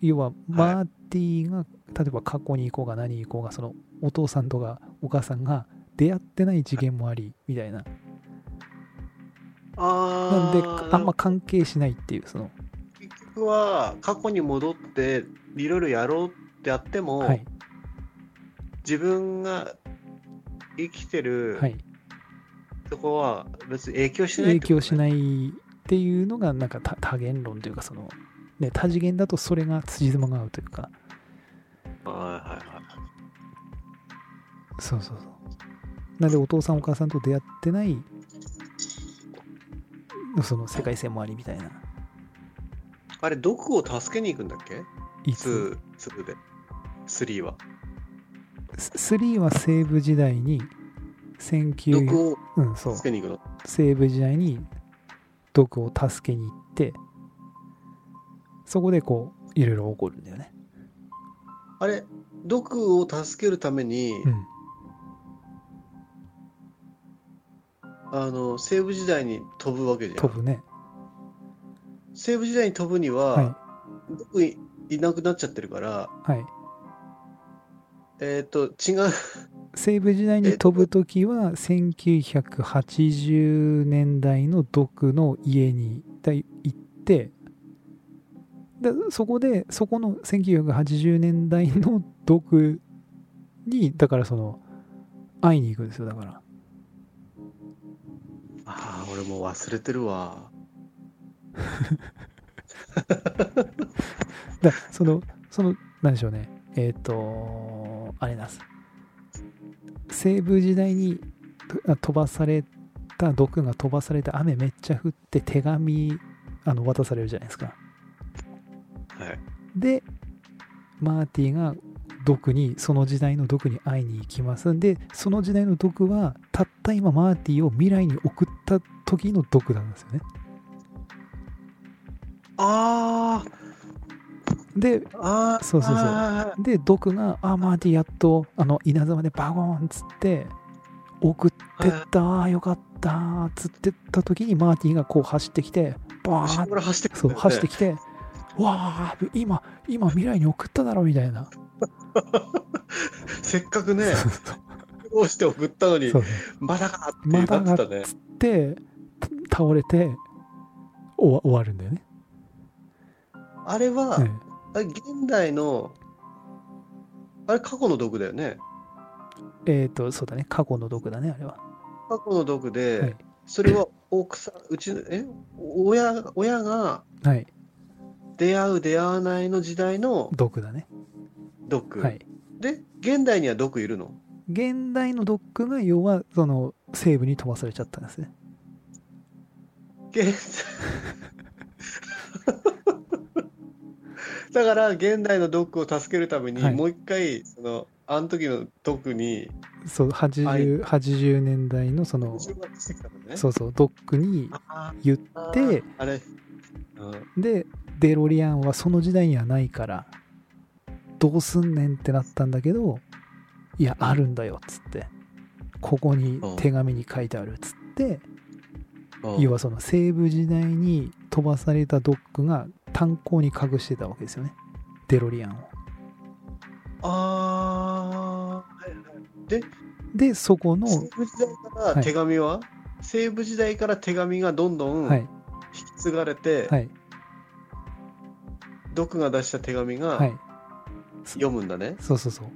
Speaker 1: 要はマーティが、例えば過去に行こうが何行こうがそのお父さんとかお母さんが出会ってない次元もありみたいなな
Speaker 2: あ
Speaker 1: ん
Speaker 2: ー
Speaker 1: であんま関係しないっていうその
Speaker 2: 結局は過去に戻っていろいろやろうってやっても、
Speaker 1: はい
Speaker 2: 自分が生きてる
Speaker 1: はい
Speaker 2: そこは別に影響しない
Speaker 1: 影響し
Speaker 2: い
Speaker 1: ないっていうのがなんか多多元論というかその、ね、多次元だとそれが辻褄が合うというか
Speaker 2: はいはいはい
Speaker 1: そうそうそうなんでお父さんお母さんと出会ってないその世界線もありみたいな
Speaker 2: あれ毒を助けに行くんだっけ
Speaker 1: いつ
Speaker 2: 2すぐで3は
Speaker 1: ス3は西部時代に1900
Speaker 2: 毒を
Speaker 1: うんそう
Speaker 2: 助けに行くの
Speaker 1: 西部時代に毒を助けに行ってそこでこういろいろ起こるんだよね
Speaker 2: あれ毒を助けるために、
Speaker 1: うん
Speaker 2: あの西部時代に飛ぶわけじゃん
Speaker 1: 飛ぶね
Speaker 2: 西部時代に飛ぶには、
Speaker 1: は
Speaker 2: 毒いいなくなっちゃってるから
Speaker 1: いはい
Speaker 2: えっ、と違う
Speaker 1: 西部時代に飛ぶ時は1980年代の毒の家にだい行ってでそこでそこの1980年代の毒にだからその会いに行くんですよだから
Speaker 2: ああ俺もう忘れてるわ
Speaker 1: だそのその何でしょうねえっ、とあれなんです西部時代にと飛ばされた毒が飛ばされた雨めっちゃ降って手紙あの渡されるじゃないですか
Speaker 2: はい
Speaker 1: でマーティが毒にその時代の毒に会いに行きますんでその時代の毒はたった今マーティを未来に送った時の毒なんですよね
Speaker 2: あー
Speaker 1: で
Speaker 2: あー
Speaker 1: そうそうそう
Speaker 2: あー
Speaker 1: で毒が「あマーティやっとあの稲妻でバゴン」っつって送ってったあーよかったーっつってった時にマーティがこう走ってきてバ
Speaker 2: 後
Speaker 1: ー
Speaker 2: ろ
Speaker 1: ン
Speaker 2: から走ってく
Speaker 1: そう走って
Speaker 2: き
Speaker 1: きて「わあ今今未来に送っただろ」みたいな、
Speaker 2: せっかくね
Speaker 1: そうそう
Speaker 2: 苦労して送ったの に
Speaker 1: そう
Speaker 2: まだかって
Speaker 1: ま
Speaker 2: な
Speaker 1: だが
Speaker 2: っ
Speaker 1: って
Speaker 2: たね
Speaker 1: つってた倒れて終わ終わるんだよね。
Speaker 2: あれは、
Speaker 1: うん
Speaker 2: あれ現代のあれ過去の毒だよね。
Speaker 1: えっ、と、そうだね。過去の毒だね、あれは。
Speaker 2: 過去の毒で、
Speaker 1: はい
Speaker 2: それは奥さん、うちの、え、親、親が
Speaker 1: はい。
Speaker 2: 出会う出会わないの時代の
Speaker 1: 毒だね。
Speaker 2: 毒。
Speaker 1: はい。
Speaker 2: で、現代には毒いるの。
Speaker 1: 現代の毒が要は、その、西部に飛ばされちゃったんですね。
Speaker 2: 現 だから現代のドックを助けるために、
Speaker 1: はい
Speaker 2: もう一回そのあの時のドックに
Speaker 1: そう、80、80年代のその、
Speaker 2: 修学してきたのね
Speaker 1: そうそう、ドックに
Speaker 2: あ
Speaker 1: 言っ
Speaker 2: ー
Speaker 1: て、
Speaker 2: あれ、うん、
Speaker 1: で、デロリアンはその時代にはないから、どうすんねんってなったんだけど、いや、あるんだよ、っつって。ここに手紙に書いてある、っつって、
Speaker 2: うん
Speaker 1: 要はその西部時代に飛ばされたドックが炭鉱に隠してたわけですよね。デロリアンを。
Speaker 2: あ
Speaker 1: で、そこ
Speaker 2: ー
Speaker 1: の、
Speaker 2: 西部時代か
Speaker 1: は
Speaker 2: ら
Speaker 1: い
Speaker 2: 手紙は、西部時代から手紙がどんどん
Speaker 1: は
Speaker 2: 引
Speaker 1: い、
Speaker 2: き継がれて、
Speaker 1: はい、
Speaker 2: ドックが出した手紙
Speaker 1: は
Speaker 2: が
Speaker 1: い。
Speaker 2: 読むんだね、
Speaker 1: そうそうそう。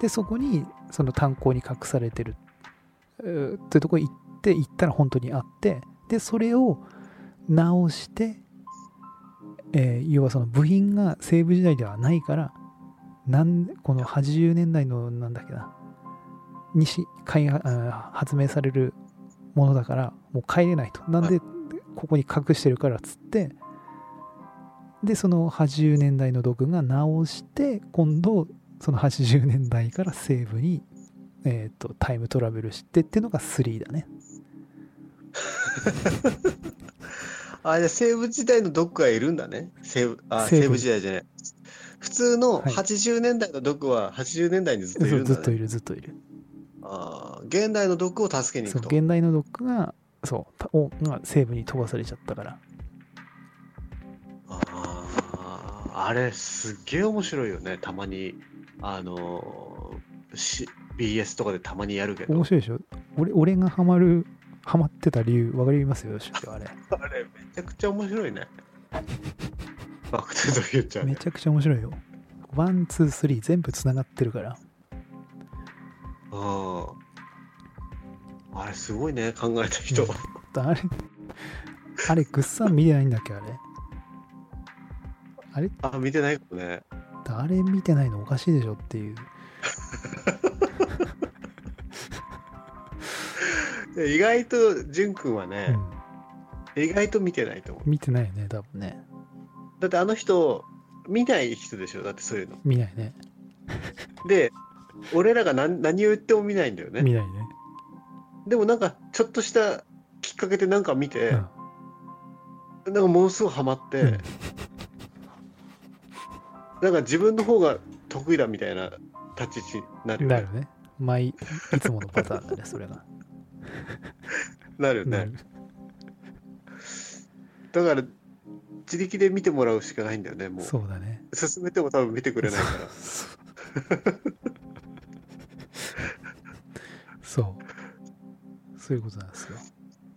Speaker 1: で、そこに、その炭鉱に隠されてる、うーってとこ行って、行ったら本当にあって、で、それを直して、えー要はその部品が西部時代ではないから、なんこの80年代の、なんだっけな、にし開発あー発明されるものだから、もう帰れないと。なんで、ここに隠してるからっつって、でその80年代の毒が直して今度その80年代から西部に、えー、とタイムトラベルしてっていうのが3だね
Speaker 2: あじゃあ西部時代のドックはいるんだね西部あ
Speaker 1: 西部
Speaker 2: 西部時代じゃない普通の
Speaker 1: はい
Speaker 2: 80年代のドックは80年代にず
Speaker 1: そ
Speaker 2: っといる
Speaker 1: うんずっ
Speaker 2: だ
Speaker 1: と
Speaker 2: ね
Speaker 1: いるずっといる
Speaker 2: あー現代のドックを助けに
Speaker 1: そう
Speaker 2: 行くと
Speaker 1: 現代の毒がそうたおが西部に飛ばされちゃったから
Speaker 2: あーあれすっげえ面白いよねたまにあのーし BS とかでたまにやるけど
Speaker 1: 面白いでしょ俺俺がハマるハマってた理由わかりますよしあれ
Speaker 2: あれめちゃくちゃ面白いねバック・トゥ・ザ・フューチャー
Speaker 1: め
Speaker 2: ね
Speaker 1: ちゃくちゃ面白いよワンツースリー全部つながってるから
Speaker 2: うんあれすごいね考えた人、
Speaker 1: うんあれあれぐっさん見てないんだっけあれあれ
Speaker 2: あ見てないかもね
Speaker 1: あれ見てないのおかしいでしょっていう
Speaker 2: で意外と淳君はね、意外と見てないと思
Speaker 1: 見てないよね多分ね
Speaker 2: うだってあの人見ない人でしょだってそういうの
Speaker 1: 見ないね
Speaker 2: で俺らが何何を言っても見ないんだよね
Speaker 1: 見ないね、
Speaker 2: でもなんかちょっとしたきっかけでなんか見て、なんかものすごいハマって、
Speaker 1: うん
Speaker 2: なんか自分の方が得意だみたいな立ち位置にな
Speaker 1: う
Speaker 2: る
Speaker 1: ん
Speaker 2: よね
Speaker 1: だよね毎いつものパターンだねそれ が
Speaker 2: なるよ
Speaker 1: な
Speaker 2: ね
Speaker 1: る
Speaker 2: だから自力で見てもらうしかないんだよねもう
Speaker 1: そうだ ね
Speaker 2: 進めても多分見てくれないから
Speaker 1: そうそうそういうことなんですよ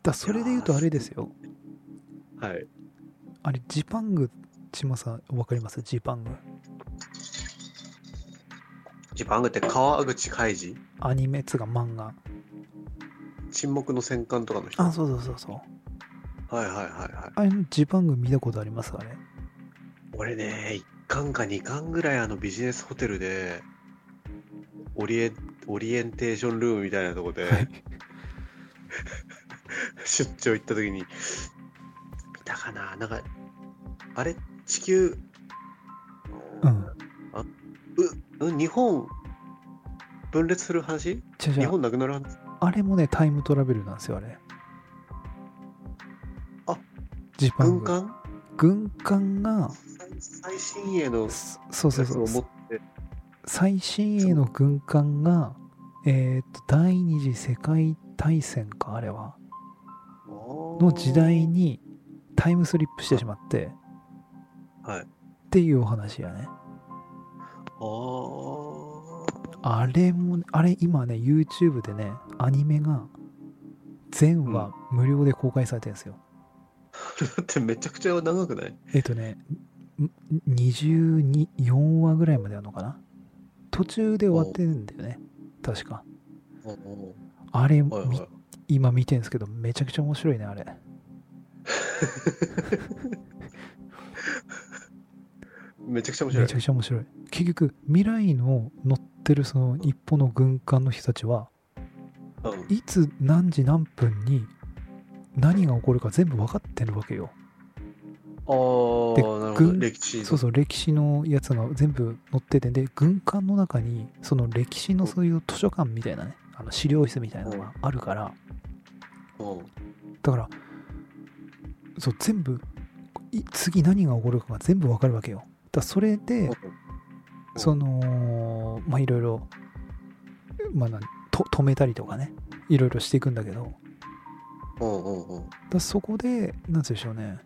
Speaker 1: だそれで言うとあれですよ
Speaker 2: はい
Speaker 1: あれジパング千葉さんわかりますジパング
Speaker 2: ジパングって川口海二
Speaker 1: アニメっつうか漫画
Speaker 2: 沈黙の戦艦とかの人
Speaker 1: あそうそうそうそう
Speaker 2: はいはいはいはい
Speaker 1: あれのジパング見たことありますあれ
Speaker 2: 俺ね1巻か2巻ぐらいあのビジネスホテルでオリエオリエンテーションルームみたいなとこで
Speaker 1: はい
Speaker 2: 出張行った時に見たかななんかあれ地球
Speaker 1: うん
Speaker 2: う日本分裂する話
Speaker 1: じゃじ
Speaker 2: 日
Speaker 1: ゃ
Speaker 2: 本なくなる話
Speaker 1: あれもねタイムトラベルなんですよあれ
Speaker 2: あ
Speaker 1: ジパン
Speaker 2: 軍
Speaker 1: グ
Speaker 2: 艦
Speaker 1: 軍艦が
Speaker 2: 最最新鋭の
Speaker 1: そそうそう
Speaker 2: やつ
Speaker 1: そ
Speaker 2: を持
Speaker 1: う
Speaker 2: って
Speaker 1: 最新鋭の軍艦がえーっと第二次世界大戦かあれはの
Speaker 2: の
Speaker 1: 時代にタイムスリップしてしまって
Speaker 2: はい
Speaker 1: っていうお話やね
Speaker 2: あー
Speaker 1: あれもねあれ今ね YouTube でねアニメが全話無料で公開されてるんですよ、
Speaker 2: だってめちゃくちゃ長くない
Speaker 1: えっとねん24話ぐらいまであるのかな途中で終わってるんだよね確か
Speaker 2: おお
Speaker 1: あれ、
Speaker 2: はいはい
Speaker 1: み今見てるんですけどめちゃくちゃ面白いねあれ
Speaker 2: めちゃくちゃ面白
Speaker 1: め
Speaker 2: い
Speaker 1: ちゃくちゃ面白い結局未来の乗ってるその日本の軍艦の人たちは
Speaker 2: うん
Speaker 1: いつ何時何分に何が起こるか全部分かってるわけよ
Speaker 2: あー
Speaker 1: で
Speaker 2: なるほど
Speaker 1: 軍
Speaker 2: 歴史の
Speaker 1: そうそう歴史のやつが全部載っててで軍艦の中にその歴史のそういう図書館みたいなねあの資料室みたいなのがあるから
Speaker 2: うん
Speaker 1: だからそう全部い次何が起こるかが全部わかるわけよだからそれで
Speaker 2: うん
Speaker 1: そのまあいろいろまあなんと止めたりとかねいろいろしていくんだけど
Speaker 2: うんうんうん
Speaker 1: だからそこでなんて言うんでしょうね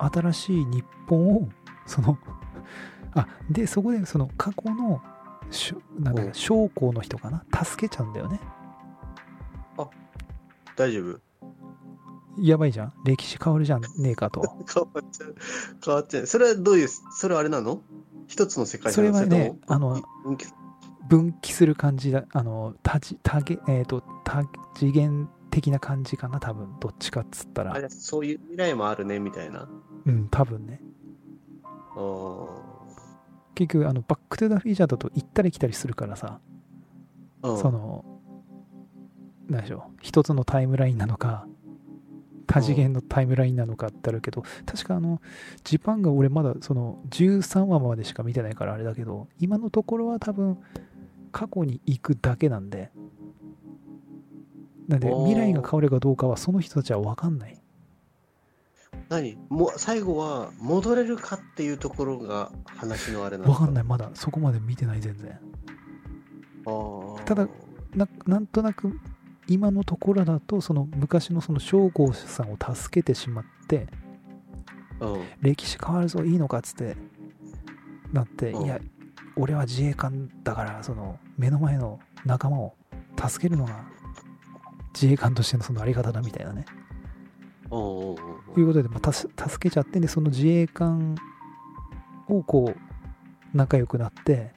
Speaker 1: 新しい日本をその あでそこでその過去のしょなんだ
Speaker 2: う
Speaker 1: ろ
Speaker 2: ん
Speaker 1: 将校の人かな助けちゃうんだよね
Speaker 2: 大丈夫
Speaker 1: やばいじゃん歴史変わるじゃんねえかと
Speaker 2: 変わっちゃう変わっちゃうそれはどういうそれはあれなの一つの世界なの
Speaker 1: それはね
Speaker 2: とも
Speaker 1: あの
Speaker 2: うんうん
Speaker 1: 分岐する感じだあの多次多げえっ、と多次元的な感じかな多分どっちかっつったら
Speaker 2: あれそういう未来もあるねみたいな
Speaker 1: うん多分ね
Speaker 2: あー
Speaker 1: 結局あのバック・トゥ・ザ・フィーチャーだと行ったり来たりするからさ、
Speaker 2: うん
Speaker 1: その、何でしょう、一つのタイムラインなのか、多次元のタイムラインなのかってあるけど、確かあの、ジパンが俺まだその13話までしか見てないからあれだけど、今のところは多分、過去に行くだけなんで、なんで
Speaker 2: おー
Speaker 1: 未来が変わるかどうかはその人たちは分かんない。
Speaker 2: 何も最後は戻れるかっていうところが話のあれなの
Speaker 1: 分かんないい、まだそこまで見てない全然。た
Speaker 2: た
Speaker 1: だななんとなく今のところだとその昔のその将校さんを助けてしまって
Speaker 2: うん
Speaker 1: 歴史変わるぞいいのかっつってなって、
Speaker 2: うん
Speaker 1: いや俺は自衛官だからその目の前の仲間を助けるのが自衛官としてのそのあり方だみたいなね
Speaker 2: うんうんうん
Speaker 1: いうことで、まあ、たす助けちゃってでその自衛官をこう仲良くなって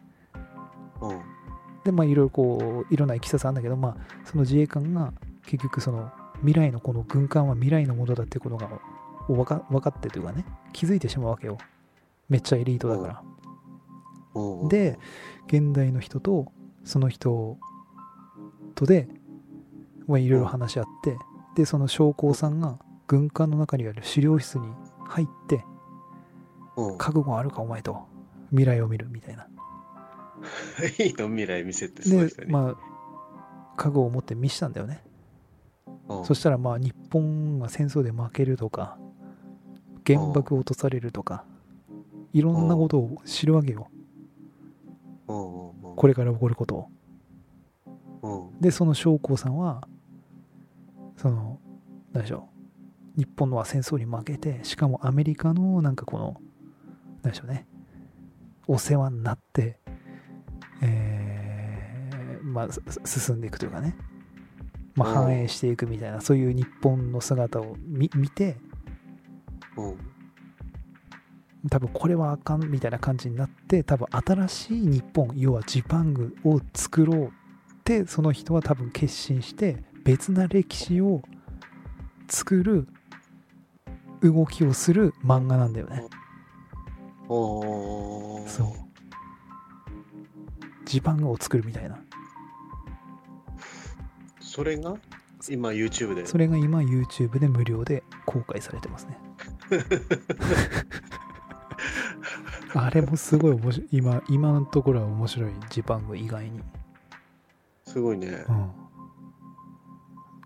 Speaker 2: うんうん
Speaker 1: でまあいろいろこういろんないきさつあるんだけどまあその自衛官が結局その未来のこの軍艦は未来のものだってことがおわか分かってというかね気づいてしまうわけよめっちゃエリートだから。
Speaker 2: うんうん
Speaker 1: で現代の人とその人とで、まあ、いろいろ話し合って、でその将校さんが軍艦の中にある資料室に入って
Speaker 2: う
Speaker 1: 「
Speaker 2: ん
Speaker 1: 覚悟あるかお前」と未来を見るみたいな。
Speaker 2: いいの未来見せてその
Speaker 1: で
Speaker 2: 人に
Speaker 1: まあ覚悟を持って見したんだよね。
Speaker 2: うん
Speaker 1: そしたらまあ日本が戦争で負けるとか原爆を落とされるとかいろんなことを知るわけよ
Speaker 2: うんうんうん
Speaker 1: これから起こることを。
Speaker 2: うん
Speaker 1: でその将校さんはその何でしょう日本のは戦争に負けてしかもアメリカのなんかこの何でしょうねお世話になってえーまあすす進んでいくというかね、まあ、
Speaker 2: うん
Speaker 1: 繁栄していくみたいなそういう日本の姿を見見て
Speaker 2: うん
Speaker 1: 多分これはあかんみたいな感じになって多分新しい日本要はジパングを作ろうってその人は多分決心して別な歴史を作る動きをする漫画なんだよね
Speaker 2: おー
Speaker 1: そうジパングを作るみたいな
Speaker 2: それが今 YouTube で
Speaker 1: それが今 YouTube で無料で公開されてますねあれもすごい面白い今今のところは面白いジパング以外に
Speaker 2: すごいね
Speaker 1: うん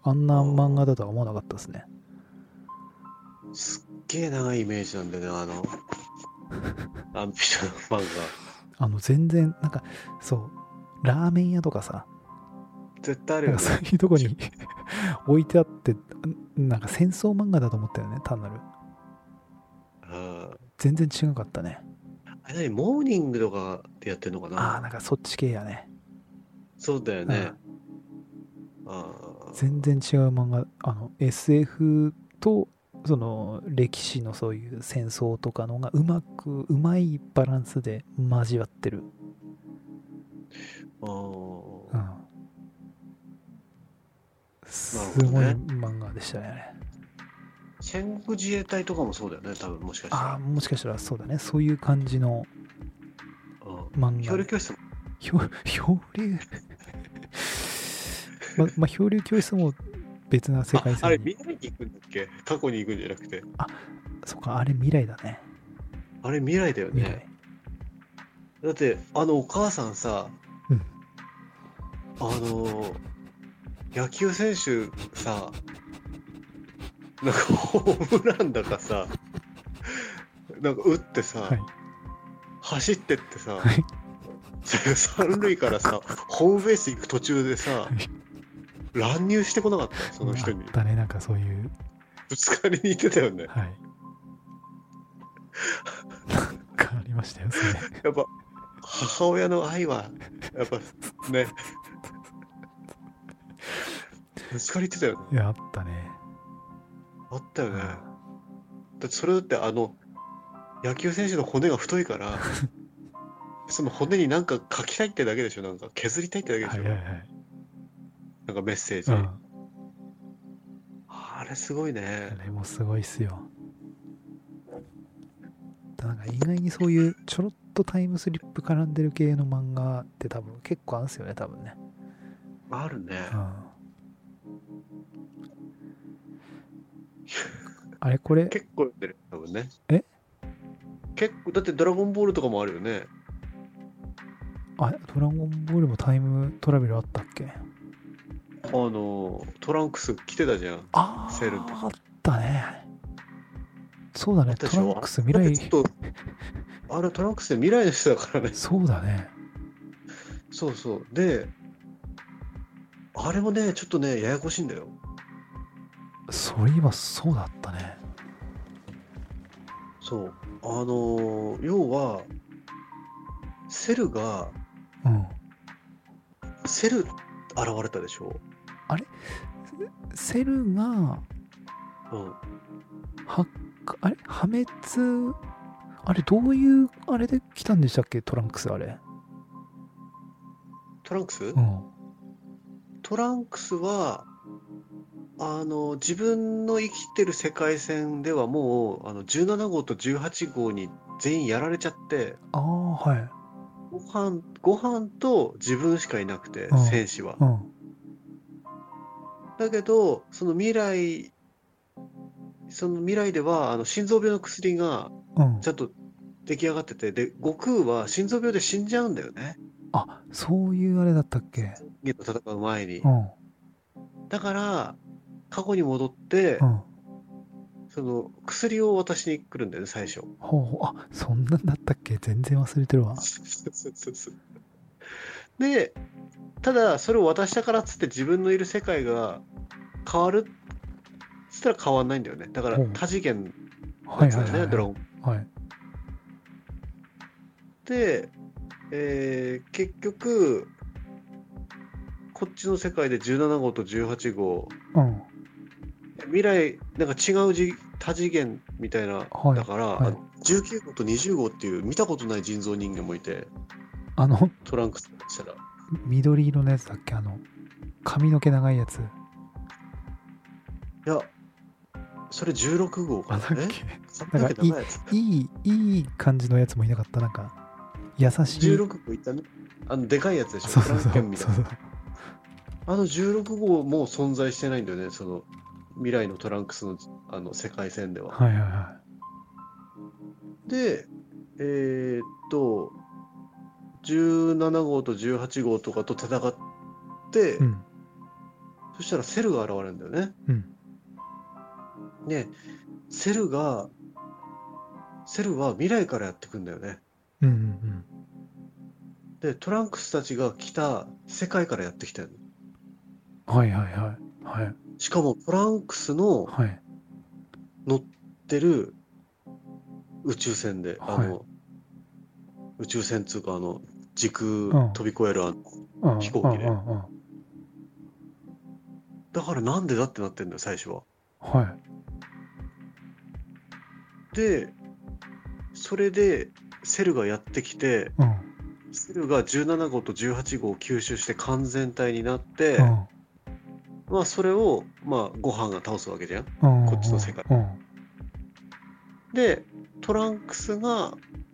Speaker 1: あんな漫画だとは思わなかったですね。
Speaker 2: すっげえ長いイメージなんだよねあの アンピシャのファンが
Speaker 1: あの、全然、なんか、そう、ラーメン屋とかさ、
Speaker 2: 絶対ある
Speaker 1: な
Speaker 2: よ
Speaker 1: ん
Speaker 2: ね
Speaker 1: かそういうとこに 置いてあって、んなんか戦争漫画だと思ったよね、単なる。
Speaker 2: うん
Speaker 1: 全然違かったね。
Speaker 2: あれ何モーニングとかでやってんのか
Speaker 1: ああ、
Speaker 2: な
Speaker 1: なんかそっち系やね。
Speaker 2: そうだよねあー
Speaker 1: 全然違う漫画、あの、SF と、その歴史のそういう戦争とかのがうまくうまいバランスで交わってるう
Speaker 2: あー
Speaker 1: んすごい漫画でしたねあれ
Speaker 2: 戦国自衛隊とかもそうだよね、多分もしかした
Speaker 1: ああ
Speaker 2: ら。
Speaker 1: もしかしたらそうだねそういう感じの
Speaker 2: うん
Speaker 1: 漫
Speaker 2: 漂
Speaker 1: 画
Speaker 2: 流教室も、
Speaker 1: 漂漂流 ままあ漂流教室も別な世界
Speaker 2: ああれ、
Speaker 1: 線に
Speaker 2: 未来に行くんだっけ過去に行くんじゃなくて。
Speaker 1: そっかあれ未来だね
Speaker 2: あれ、未来だよ
Speaker 1: 未
Speaker 2: ね。
Speaker 1: 来
Speaker 2: だって、あのお母さんさ、
Speaker 1: うん
Speaker 2: あのー、野球選手さ、なんかホームランだかさ、なんか打ってさ、
Speaker 1: はい
Speaker 2: 走ってってさ、
Speaker 1: はい
Speaker 2: 三塁からさ、ホームベース行く途中でさ
Speaker 1: い、
Speaker 2: 乱入してこなかった、 その人に
Speaker 1: あっ。たねなんかそういう
Speaker 2: ぶつかりに行ってたよね。
Speaker 1: はい なんかありましたよそれ
Speaker 2: やっぱ、母親の愛は、やっぱね、ぶつかり行ってたよね。
Speaker 1: いやあったね
Speaker 2: あったよね。だってそれだって、あの、野球選手の骨が太い から、その骨になんか書きたいってだけでしょ、なんか削りたいってだけ
Speaker 1: はい
Speaker 2: でしょ、
Speaker 1: はいはい、
Speaker 2: なんかメッセージ。
Speaker 1: うん、
Speaker 2: あれすごいね
Speaker 1: あ。れもすごいっすよ。なんか意外にそういうちょろっとタイムスリップ絡んでる系の漫画って多分結構あるんすよね、多分ね。
Speaker 2: あるね。
Speaker 1: うん。あれこれ、
Speaker 2: 結構読んでる、多分ね。
Speaker 1: え
Speaker 2: 結構、だってドラゴンボールとかもあるよね。
Speaker 1: あ、ドラゴンボールもタイムトラベルあったっけ
Speaker 2: あの、トランクス着てたじゃん。
Speaker 1: あ
Speaker 2: セール
Speaker 1: あ、あったね。そうだね、
Speaker 2: あっ
Speaker 1: ト
Speaker 2: たでし
Speaker 1: ラ
Speaker 2: ょ
Speaker 1: ンクス未
Speaker 2: だって
Speaker 1: 来、
Speaker 2: ちょっと、あれトランクスって未来の人だから ね。
Speaker 1: そうだね。
Speaker 2: そうそう。で、あれもね、ちょっとね、ややこしいんだよ。
Speaker 1: それ今そうだったね。
Speaker 2: そう。あのー要は、セルが、
Speaker 1: うん。
Speaker 2: セル現れたでしょ。
Speaker 1: セルが、
Speaker 2: うん。
Speaker 1: はあれ破滅あれどういうあれで来たんでしたっけトランクスあれ
Speaker 2: トランクス
Speaker 1: うん
Speaker 2: トランクスは、あの、自分の生きてる世界線ではもう、あの、17号と18号に全員やられちゃって、
Speaker 1: ああはい
Speaker 2: ご飯、ご飯と自分しかいなくて
Speaker 1: う、ん
Speaker 2: 戦士は
Speaker 1: う。ん
Speaker 2: だけど、その未来、その未来では、あの、心臓病の薬が
Speaker 1: うん
Speaker 2: ちゃんと出来上がってて、で、悟空は心臓病で死んじゃうんだよね。
Speaker 1: あそういうあれだったっけ
Speaker 2: ゲと戦う前に
Speaker 1: う。ん
Speaker 2: だから、過去に戻って
Speaker 1: う、ん
Speaker 2: その、薬を渡しに来るんだよね、最初。
Speaker 1: ほうほうあそんなんだったっけ全然忘れてるわ
Speaker 2: そうそうそうそう でただそれを渡したからっつって自分のいる世界が変わるっつったら変わんないんだよねだから
Speaker 1: うん
Speaker 2: 多次元
Speaker 1: はい
Speaker 2: だ
Speaker 1: は
Speaker 2: よ
Speaker 1: い
Speaker 2: ね、
Speaker 1: はい
Speaker 2: ドラゴン
Speaker 1: はい
Speaker 2: で、えー結局こっちの世界で17号と18号
Speaker 1: うん
Speaker 2: 未来なんか違うじ多次元みたいな、
Speaker 1: はい
Speaker 2: だから、
Speaker 1: はい
Speaker 2: あの19号と20号っていう見たことない人造人間もいて
Speaker 1: あの
Speaker 2: トランクスしたら
Speaker 1: 緑色のやつだっけあの髪の毛長いやつ
Speaker 2: いや、それ16号か
Speaker 1: あ
Speaker 2: な
Speaker 1: だっ
Speaker 2: え
Speaker 1: け
Speaker 2: そん
Speaker 1: なんか
Speaker 2: だけ長いやつ。
Speaker 1: いいいい感じのやつもいなかったなんか優しい
Speaker 2: 16号いたね。あの、でかいやつでし
Speaker 1: あ
Speaker 2: ょ。
Speaker 1: そうそうそう
Speaker 2: フ
Speaker 1: そ
Speaker 2: ランケン
Speaker 1: う
Speaker 2: みた
Speaker 1: そ
Speaker 2: いうなあの16号も存在してないんだよね、その、未来のトランクスのあの世界線では。
Speaker 1: はいはいは
Speaker 2: で、えーっと、17号と18号とかと戦って、
Speaker 1: いうん
Speaker 2: そしたらセルが現れるんだよね。
Speaker 1: うん
Speaker 2: ね、セルが、セルは未来からやってくんだよね。
Speaker 1: うんうん
Speaker 2: で、トランクスたちが来た世界からやってきたよね。
Speaker 1: うんはいはいはいはい
Speaker 2: しかもトランクスの
Speaker 1: はい。
Speaker 2: 乗ってる宇宙船で、あの、宇宙船っていうか、あの、時
Speaker 1: う
Speaker 2: 空
Speaker 1: ん
Speaker 2: 飛び越える、あの
Speaker 1: うん
Speaker 2: 飛行機で
Speaker 1: うんうんうん
Speaker 2: だからなんでだってなってんだよ、最初は。
Speaker 1: はい。
Speaker 2: で、それで、セルがやってきて、
Speaker 1: うん。
Speaker 2: 鶴が17号と18号を吸収して完全体になって、
Speaker 1: うん
Speaker 2: まあそれを、まあ、ご飯が倒すわけじゃん。
Speaker 1: うん
Speaker 2: こっちの世界
Speaker 1: うん
Speaker 2: で、トランクスが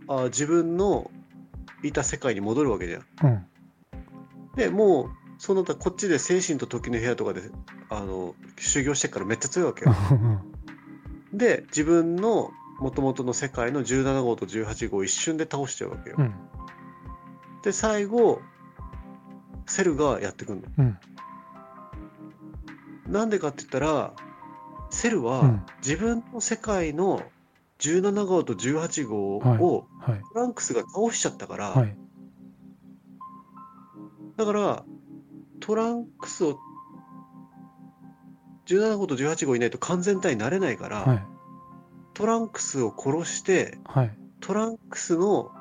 Speaker 2: あ自分のいた世界に戻るわけじゃん。
Speaker 1: うん
Speaker 2: で、もう、その他こっちで精神と時の部屋とかであの修行してっからめっちゃ強いわけよ。で、自分の元々の世界の17号と18号を一瞬で倒しちゃうわけよ
Speaker 1: う。ん
Speaker 2: で、最後、セルがやってくるの。
Speaker 1: うん
Speaker 2: なんでかって言ったら、セル
Speaker 1: う
Speaker 2: は
Speaker 1: ん
Speaker 2: 自分の世界の17号と18号
Speaker 1: はい
Speaker 2: を
Speaker 1: はい
Speaker 2: トランクスが倒しちゃったから、
Speaker 1: はい
Speaker 2: だからトランクスを17号と18号いないと完全体になれないから、
Speaker 1: はい
Speaker 2: トランクスを殺して
Speaker 1: はい
Speaker 2: トランクスの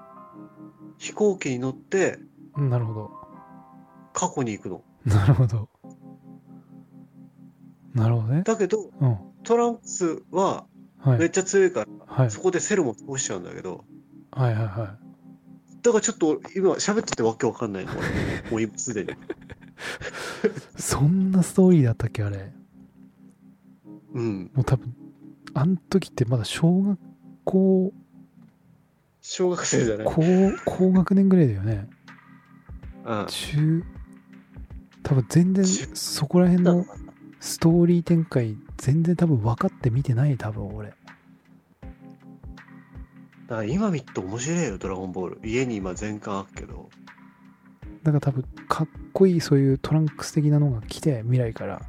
Speaker 2: 飛行機に乗って
Speaker 1: なるほど
Speaker 2: 過去に行くの。
Speaker 1: なるほどなるほどね
Speaker 2: だけど
Speaker 1: うん
Speaker 2: トランクスは
Speaker 1: はい
Speaker 2: めっちゃ強いから、
Speaker 1: はい
Speaker 2: そこでセルも倒しちゃうんだけど
Speaker 1: はいはいは
Speaker 2: だからちょっと今喋っててわけわかんないの俺 もう今すでに。
Speaker 1: いそんなストーリーだったっけあれ
Speaker 2: うん、
Speaker 1: もう多分あの時ってまだ小学校
Speaker 2: 小学生じゃない、
Speaker 1: 高高学年ぐらいだよね
Speaker 2: うん
Speaker 1: 中多分全然
Speaker 2: 中
Speaker 1: そこら辺のストーリー展開全然多分分かって見てない多分俺
Speaker 2: だから今見っと面白いよ、ドラゴンボール。家に今全巻あるけど。
Speaker 1: だから多分かっこいいそういうトランクス的なのが来て未来から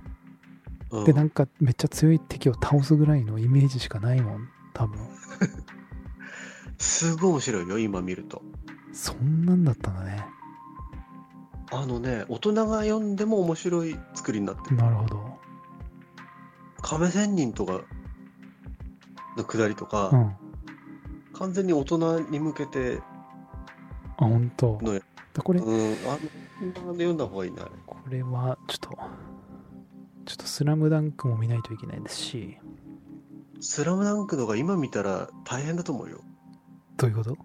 Speaker 2: うん、
Speaker 1: でなんかめっちゃ強い敵を倒すぐらいのイメージしかないもん多分
Speaker 2: すごい面白いよ、今見ると。
Speaker 1: そんなんだったんだね
Speaker 2: あのね、大人が読んでも面白い作りになってる。
Speaker 1: なるほど
Speaker 2: 亀仙人とかのくだりとか、
Speaker 1: うんあ
Speaker 2: 完全に大人に向けて、
Speaker 1: 本当
Speaker 2: のよ
Speaker 1: だこれ
Speaker 2: うん、あの、大人で読んだ方がいいな、あれ
Speaker 1: これはちょっとちょっと「スラムダンクも見ないといけないですし
Speaker 2: スラムダンクのが今見たら大変だと思うよ。
Speaker 1: どういうこと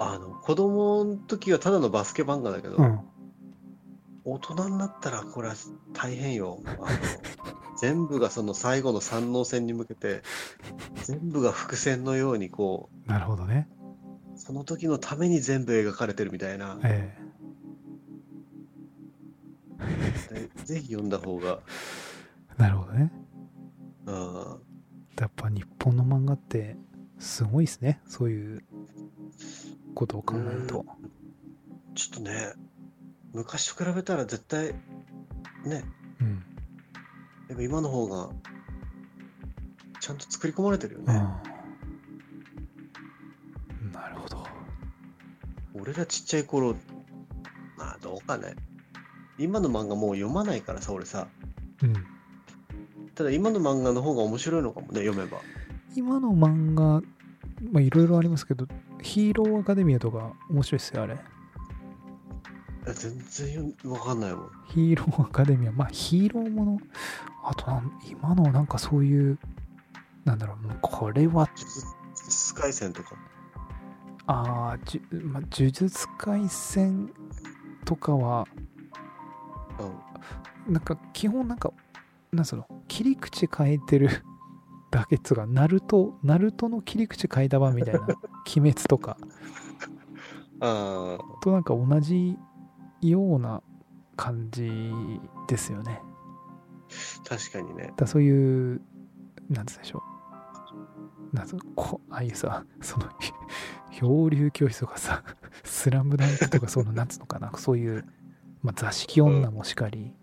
Speaker 2: あの、子供の時はただのバスケ漫画だけど、
Speaker 1: うん
Speaker 2: 大人になったらこれは大変よ。あの全部がその最後の三能戦に向けて、全部が伏線のようにこう、
Speaker 1: なるほどね
Speaker 2: その時のために全部描かれてるみたいな。
Speaker 1: ええ
Speaker 2: でぜひ読んだ方が、
Speaker 1: なるほどね
Speaker 2: うん、
Speaker 1: やっぱ日本の漫画ってすごいですねそういうことを考えると
Speaker 2: ちょっとね、昔と比べたら絶対、ね、
Speaker 1: うん、
Speaker 2: やっぱ今の方が、ちゃんと作り込まれてるよ
Speaker 1: う
Speaker 2: ね。
Speaker 1: ん、なるほど
Speaker 2: 俺らちっちゃい頃、まあどうかね。今の漫画もう読まないからさ、俺さ。
Speaker 1: うん
Speaker 2: ただ今の漫画の方が面白いのかもね、読めば。
Speaker 1: 今の漫画まあいろいろありますけどヒーローアカデミアとか面白いっすよあれ
Speaker 2: え全然読わかんないもん。
Speaker 1: ヒーローアカデミア、まあヒーローもの、あとなん今のなんかそういう、なんだろう、もうこれは、
Speaker 2: 呪術呪術廻戦とか。
Speaker 1: ああ、じゅまあ、呪術廻戦とかは、
Speaker 2: うん。
Speaker 1: なんか基本なんか、なんその、切り口変えてる だけっつうか、ナルト、ナルトの切り口変えたわみたいな、鬼滅とか
Speaker 2: ああ、
Speaker 1: となんか同じような感じですよね。
Speaker 2: 確かにね。
Speaker 1: だそういうなんつうんでしょうなんつうこああいうさ その漂流教室とかさ 「スラムダンクとかそのなんつうのかなそういう、まあ、座敷女もしかり、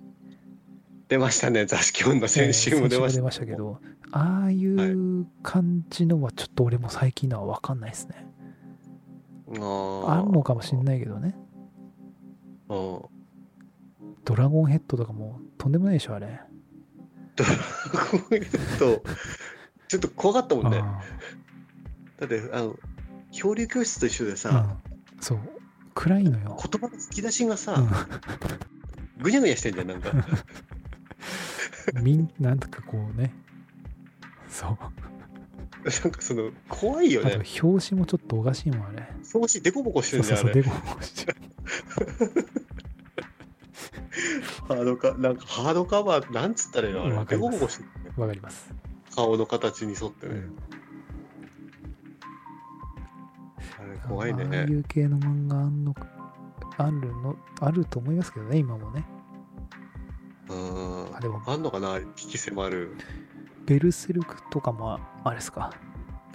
Speaker 2: 出ましたね、座敷女、先週も出ました。
Speaker 1: えー先週も出けどああいう感じのはちょっと俺も最近のは分かんないですね、あ
Speaker 2: あ
Speaker 1: るのかもしんないけどね
Speaker 2: あー
Speaker 1: 「ドラゴンヘッド」とかもとんでもないでしょあれ
Speaker 2: ドラゴンヘッド、ちょっと怖かったもんね。
Speaker 1: あ
Speaker 2: だって、あの、漂流教室と一緒で
Speaker 1: あ
Speaker 2: さ、
Speaker 1: うんそう暗いの よ、
Speaker 2: 言葉の引き出しがさ、
Speaker 1: う
Speaker 2: ぐにゃぐにゃしてんじゃん、 なんか。
Speaker 1: ん、みんなんとかこうねそう
Speaker 2: なんかその、怖いよ
Speaker 1: あと
Speaker 2: ね。
Speaker 1: 表紙もちょっとおかしいもんあれ
Speaker 2: 少しデコボコして
Speaker 1: そう
Speaker 2: るじ
Speaker 1: そう
Speaker 2: ゃん、
Speaker 1: そうデコ
Speaker 2: あれ。
Speaker 1: ボコしてる
Speaker 2: ハードカ、なんかハードカバー、なんつったらいいのあれ
Speaker 1: わ。か
Speaker 2: デ
Speaker 1: り
Speaker 2: コ
Speaker 1: ます
Speaker 2: ボコしてる ね。
Speaker 1: わかります
Speaker 2: 顔の形に沿ってね。あれ、怖い
Speaker 1: ああ
Speaker 2: ね
Speaker 1: い。う系の漫画あんのあるのあると思いますけどね今もね
Speaker 2: うん
Speaker 1: あ。でも
Speaker 2: あんのかな引き迫る。
Speaker 1: ベルセルクとかもああれですか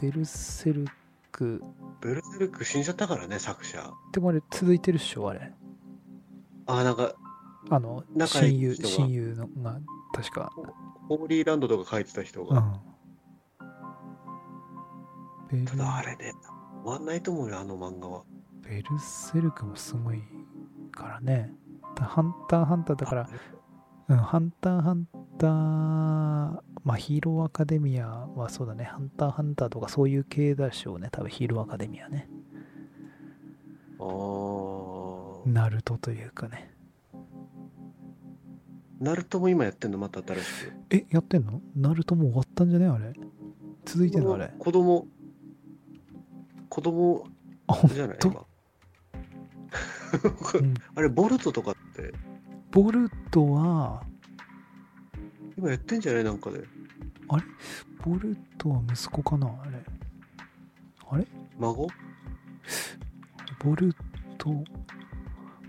Speaker 1: ベルセルク
Speaker 2: ベルセルク死んじゃったからね、作者。
Speaker 1: でもあれ続いてるっしょあれ
Speaker 2: あ、なんか、
Speaker 1: あの
Speaker 2: 仲い
Speaker 1: 親
Speaker 2: い
Speaker 1: 友
Speaker 2: 人が
Speaker 1: 親友のが確か
Speaker 2: ホーリーランドとか書いてた人
Speaker 1: う
Speaker 2: が。
Speaker 1: んベ
Speaker 2: た
Speaker 1: ル
Speaker 2: だあれね、終わんないと思うよ、あの漫画は。
Speaker 1: ベルセルクもすごいからねだハンターハンターだからうん、ハンターハンター、まあ、ヒーローアカデミアはそうだね、ハンターハンターとかそういう系だしょうね、多分ヒーローアカデミアね。
Speaker 2: あー
Speaker 1: ナルトというかね。
Speaker 2: ナルトも今やってんのまた新しく
Speaker 1: え、やってんのナルトもう終わったんじゃねあれ。続いてんのあれ。
Speaker 2: 子供子供
Speaker 1: あ、ほん
Speaker 2: じゃない
Speaker 1: と
Speaker 2: 今
Speaker 1: うん
Speaker 2: あれボルトとかって
Speaker 1: ボルトは、
Speaker 2: 今やってんじゃないなんかで
Speaker 1: ボルトは息子かなあれ。あれ
Speaker 2: 孫
Speaker 1: ボルト。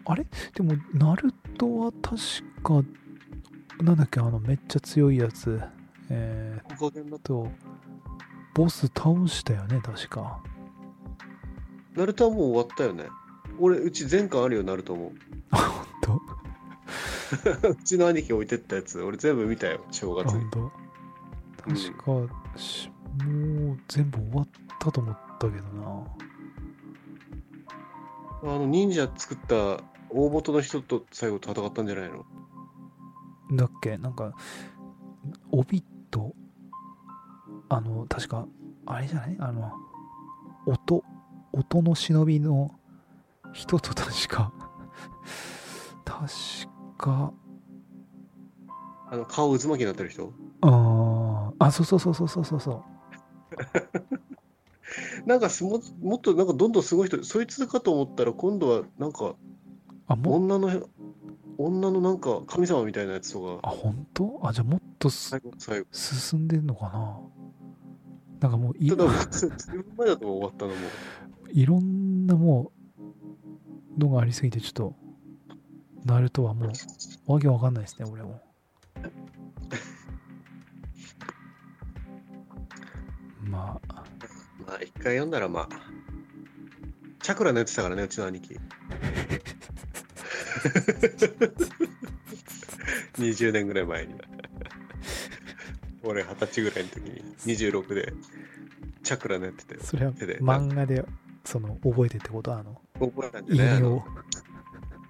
Speaker 1: あれでも、ナルトは確か、なんだっけ、あの、めっちゃ強いやつ。えー、
Speaker 2: おかげになっ
Speaker 1: と、ボス倒したよね、確か。
Speaker 2: ナルトはもう終わったよね俺うち全巻あるよナルトも
Speaker 1: 本当
Speaker 2: うちの兄貴置いてったやつ俺全部見たよ正月に
Speaker 1: 本当確か、しもう全部終わったと思ったけどな。
Speaker 2: あの忍者作った大元の人と最後戦ったんじゃないの
Speaker 1: だっけなんか、帯と、あの、確か、あれじゃないあの、音、音の忍びの人と確か、確か、
Speaker 2: あの顔渦巻きになってる人
Speaker 1: あーあ、そうそうそうそうそうそうそう。
Speaker 2: なんかすももっとなんかどんどんすごい人そいつかと思ったら今度はなんか
Speaker 1: あ、もう
Speaker 2: 女の女のなんか神様みたいなやつと
Speaker 1: あ、
Speaker 2: か
Speaker 1: 本当あ、じゃあもっとす
Speaker 2: 最後最後
Speaker 1: 進んでんのかななんかもうい
Speaker 2: ただもう自分前だと終わったのもう
Speaker 1: いろんなもうのがありすぎてちょっとナルトはもうわけわかんないですね俺 もまあ
Speaker 2: まあ一回読んだらまあチャクラのやつだからねうちの兄貴20年ぐらい前に俺二十歳ぐらいの時に26でチャクラのやってたよ
Speaker 1: それは
Speaker 2: 手で
Speaker 1: 漫画でその覚えてってことはあの
Speaker 2: 覚えたんじ
Speaker 1: 異
Speaker 2: ゃないあ
Speaker 1: 名
Speaker 2: の
Speaker 1: を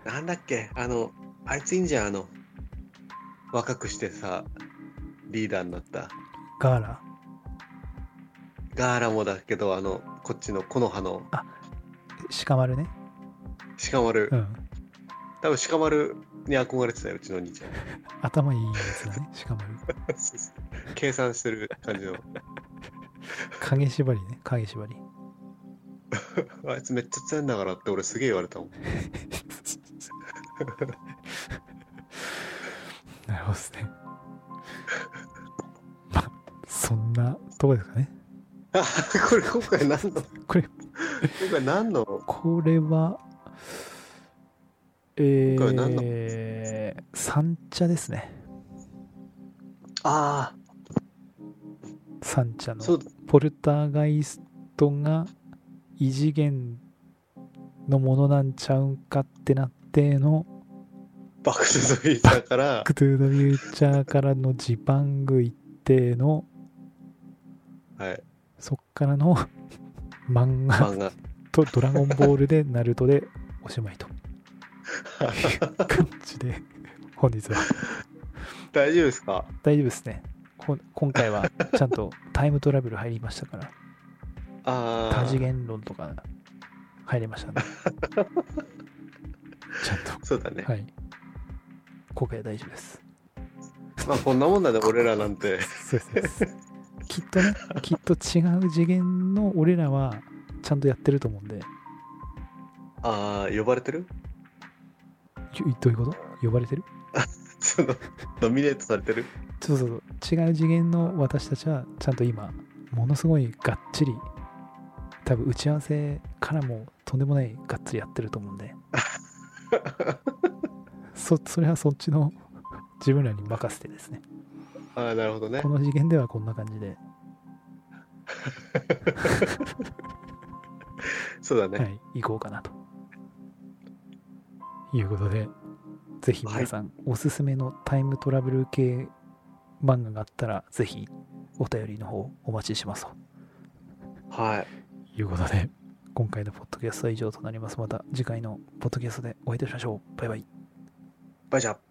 Speaker 2: なんだっけあのあいついいんじゃんあの若くしてさリーダーになった
Speaker 1: ガーラ
Speaker 2: ガーラもだけど、あの、こっちの木の葉の
Speaker 1: 鹿丸ね
Speaker 2: 鹿丸、
Speaker 1: うん
Speaker 2: 多分鹿丸に憧れてたよ、うちの兄ちゃん。
Speaker 1: 頭いいやつだね鹿丸
Speaker 2: 計算してる感じの。
Speaker 1: 影縛りね影縛り
Speaker 2: あいつめっちゃ強いんだからって俺すげえ言われたもん。
Speaker 1: なるほどですね。まあ、そんなとこですかね。
Speaker 2: あ これ今回何の
Speaker 1: これ、
Speaker 2: 今回何の
Speaker 1: これは、
Speaker 2: 今回は何の
Speaker 1: えー、三茶ですね。
Speaker 2: あ
Speaker 1: 三茶
Speaker 2: あ、そ
Speaker 1: の
Speaker 2: う、
Speaker 1: ポルターガイストが異次元のものなんちゃうんかってなっての、
Speaker 2: バックトゥザフューチャーから
Speaker 1: バッ、クトゥーザフューチャーからのジパング一定の、
Speaker 2: はい、
Speaker 1: そっから の漫画
Speaker 2: 漫画。
Speaker 1: とドラゴンボールで、ナルトでおしまいという感じで、本日は
Speaker 2: 大丈夫ですか
Speaker 1: 大丈夫ですね。こ今回はちゃんとタイムトラベル入りましたから、
Speaker 2: あ
Speaker 1: 多
Speaker 2: あ
Speaker 1: 次、元論とか入りましたね。ちゃん
Speaker 2: そうだね。
Speaker 1: と、はい。今回は大丈夫です。
Speaker 2: まあこんなもんだね、俺らなんて。
Speaker 1: そうです。きっとねきっと違う次元の俺らはちゃんとやってると思うんで
Speaker 2: ああ、呼ばれてる
Speaker 1: ちょどういうこと呼ばれてる
Speaker 2: その、ノミネートされてる
Speaker 1: そうそうそう違う次元の私たちはちゃんと今ものすごいがっちり多分打ち合わせからもとんでもないがっつりやってると思うんでそそれはそっちの自分らに任せてですね
Speaker 2: ああ、なるほどね
Speaker 1: こ。の次元ではこんな感じで、
Speaker 2: そうだね。
Speaker 1: はい、行こうかなということでぜひ皆さん、おすすめのタイムトラベル系漫画があったらぜひお便りの方お待ちしますと
Speaker 2: はい。
Speaker 1: ということで、今回のポッドキャストは以上となります。また次回のポッドキャストでお会いいたしましょう。バイバイ。
Speaker 2: バイじゃあ。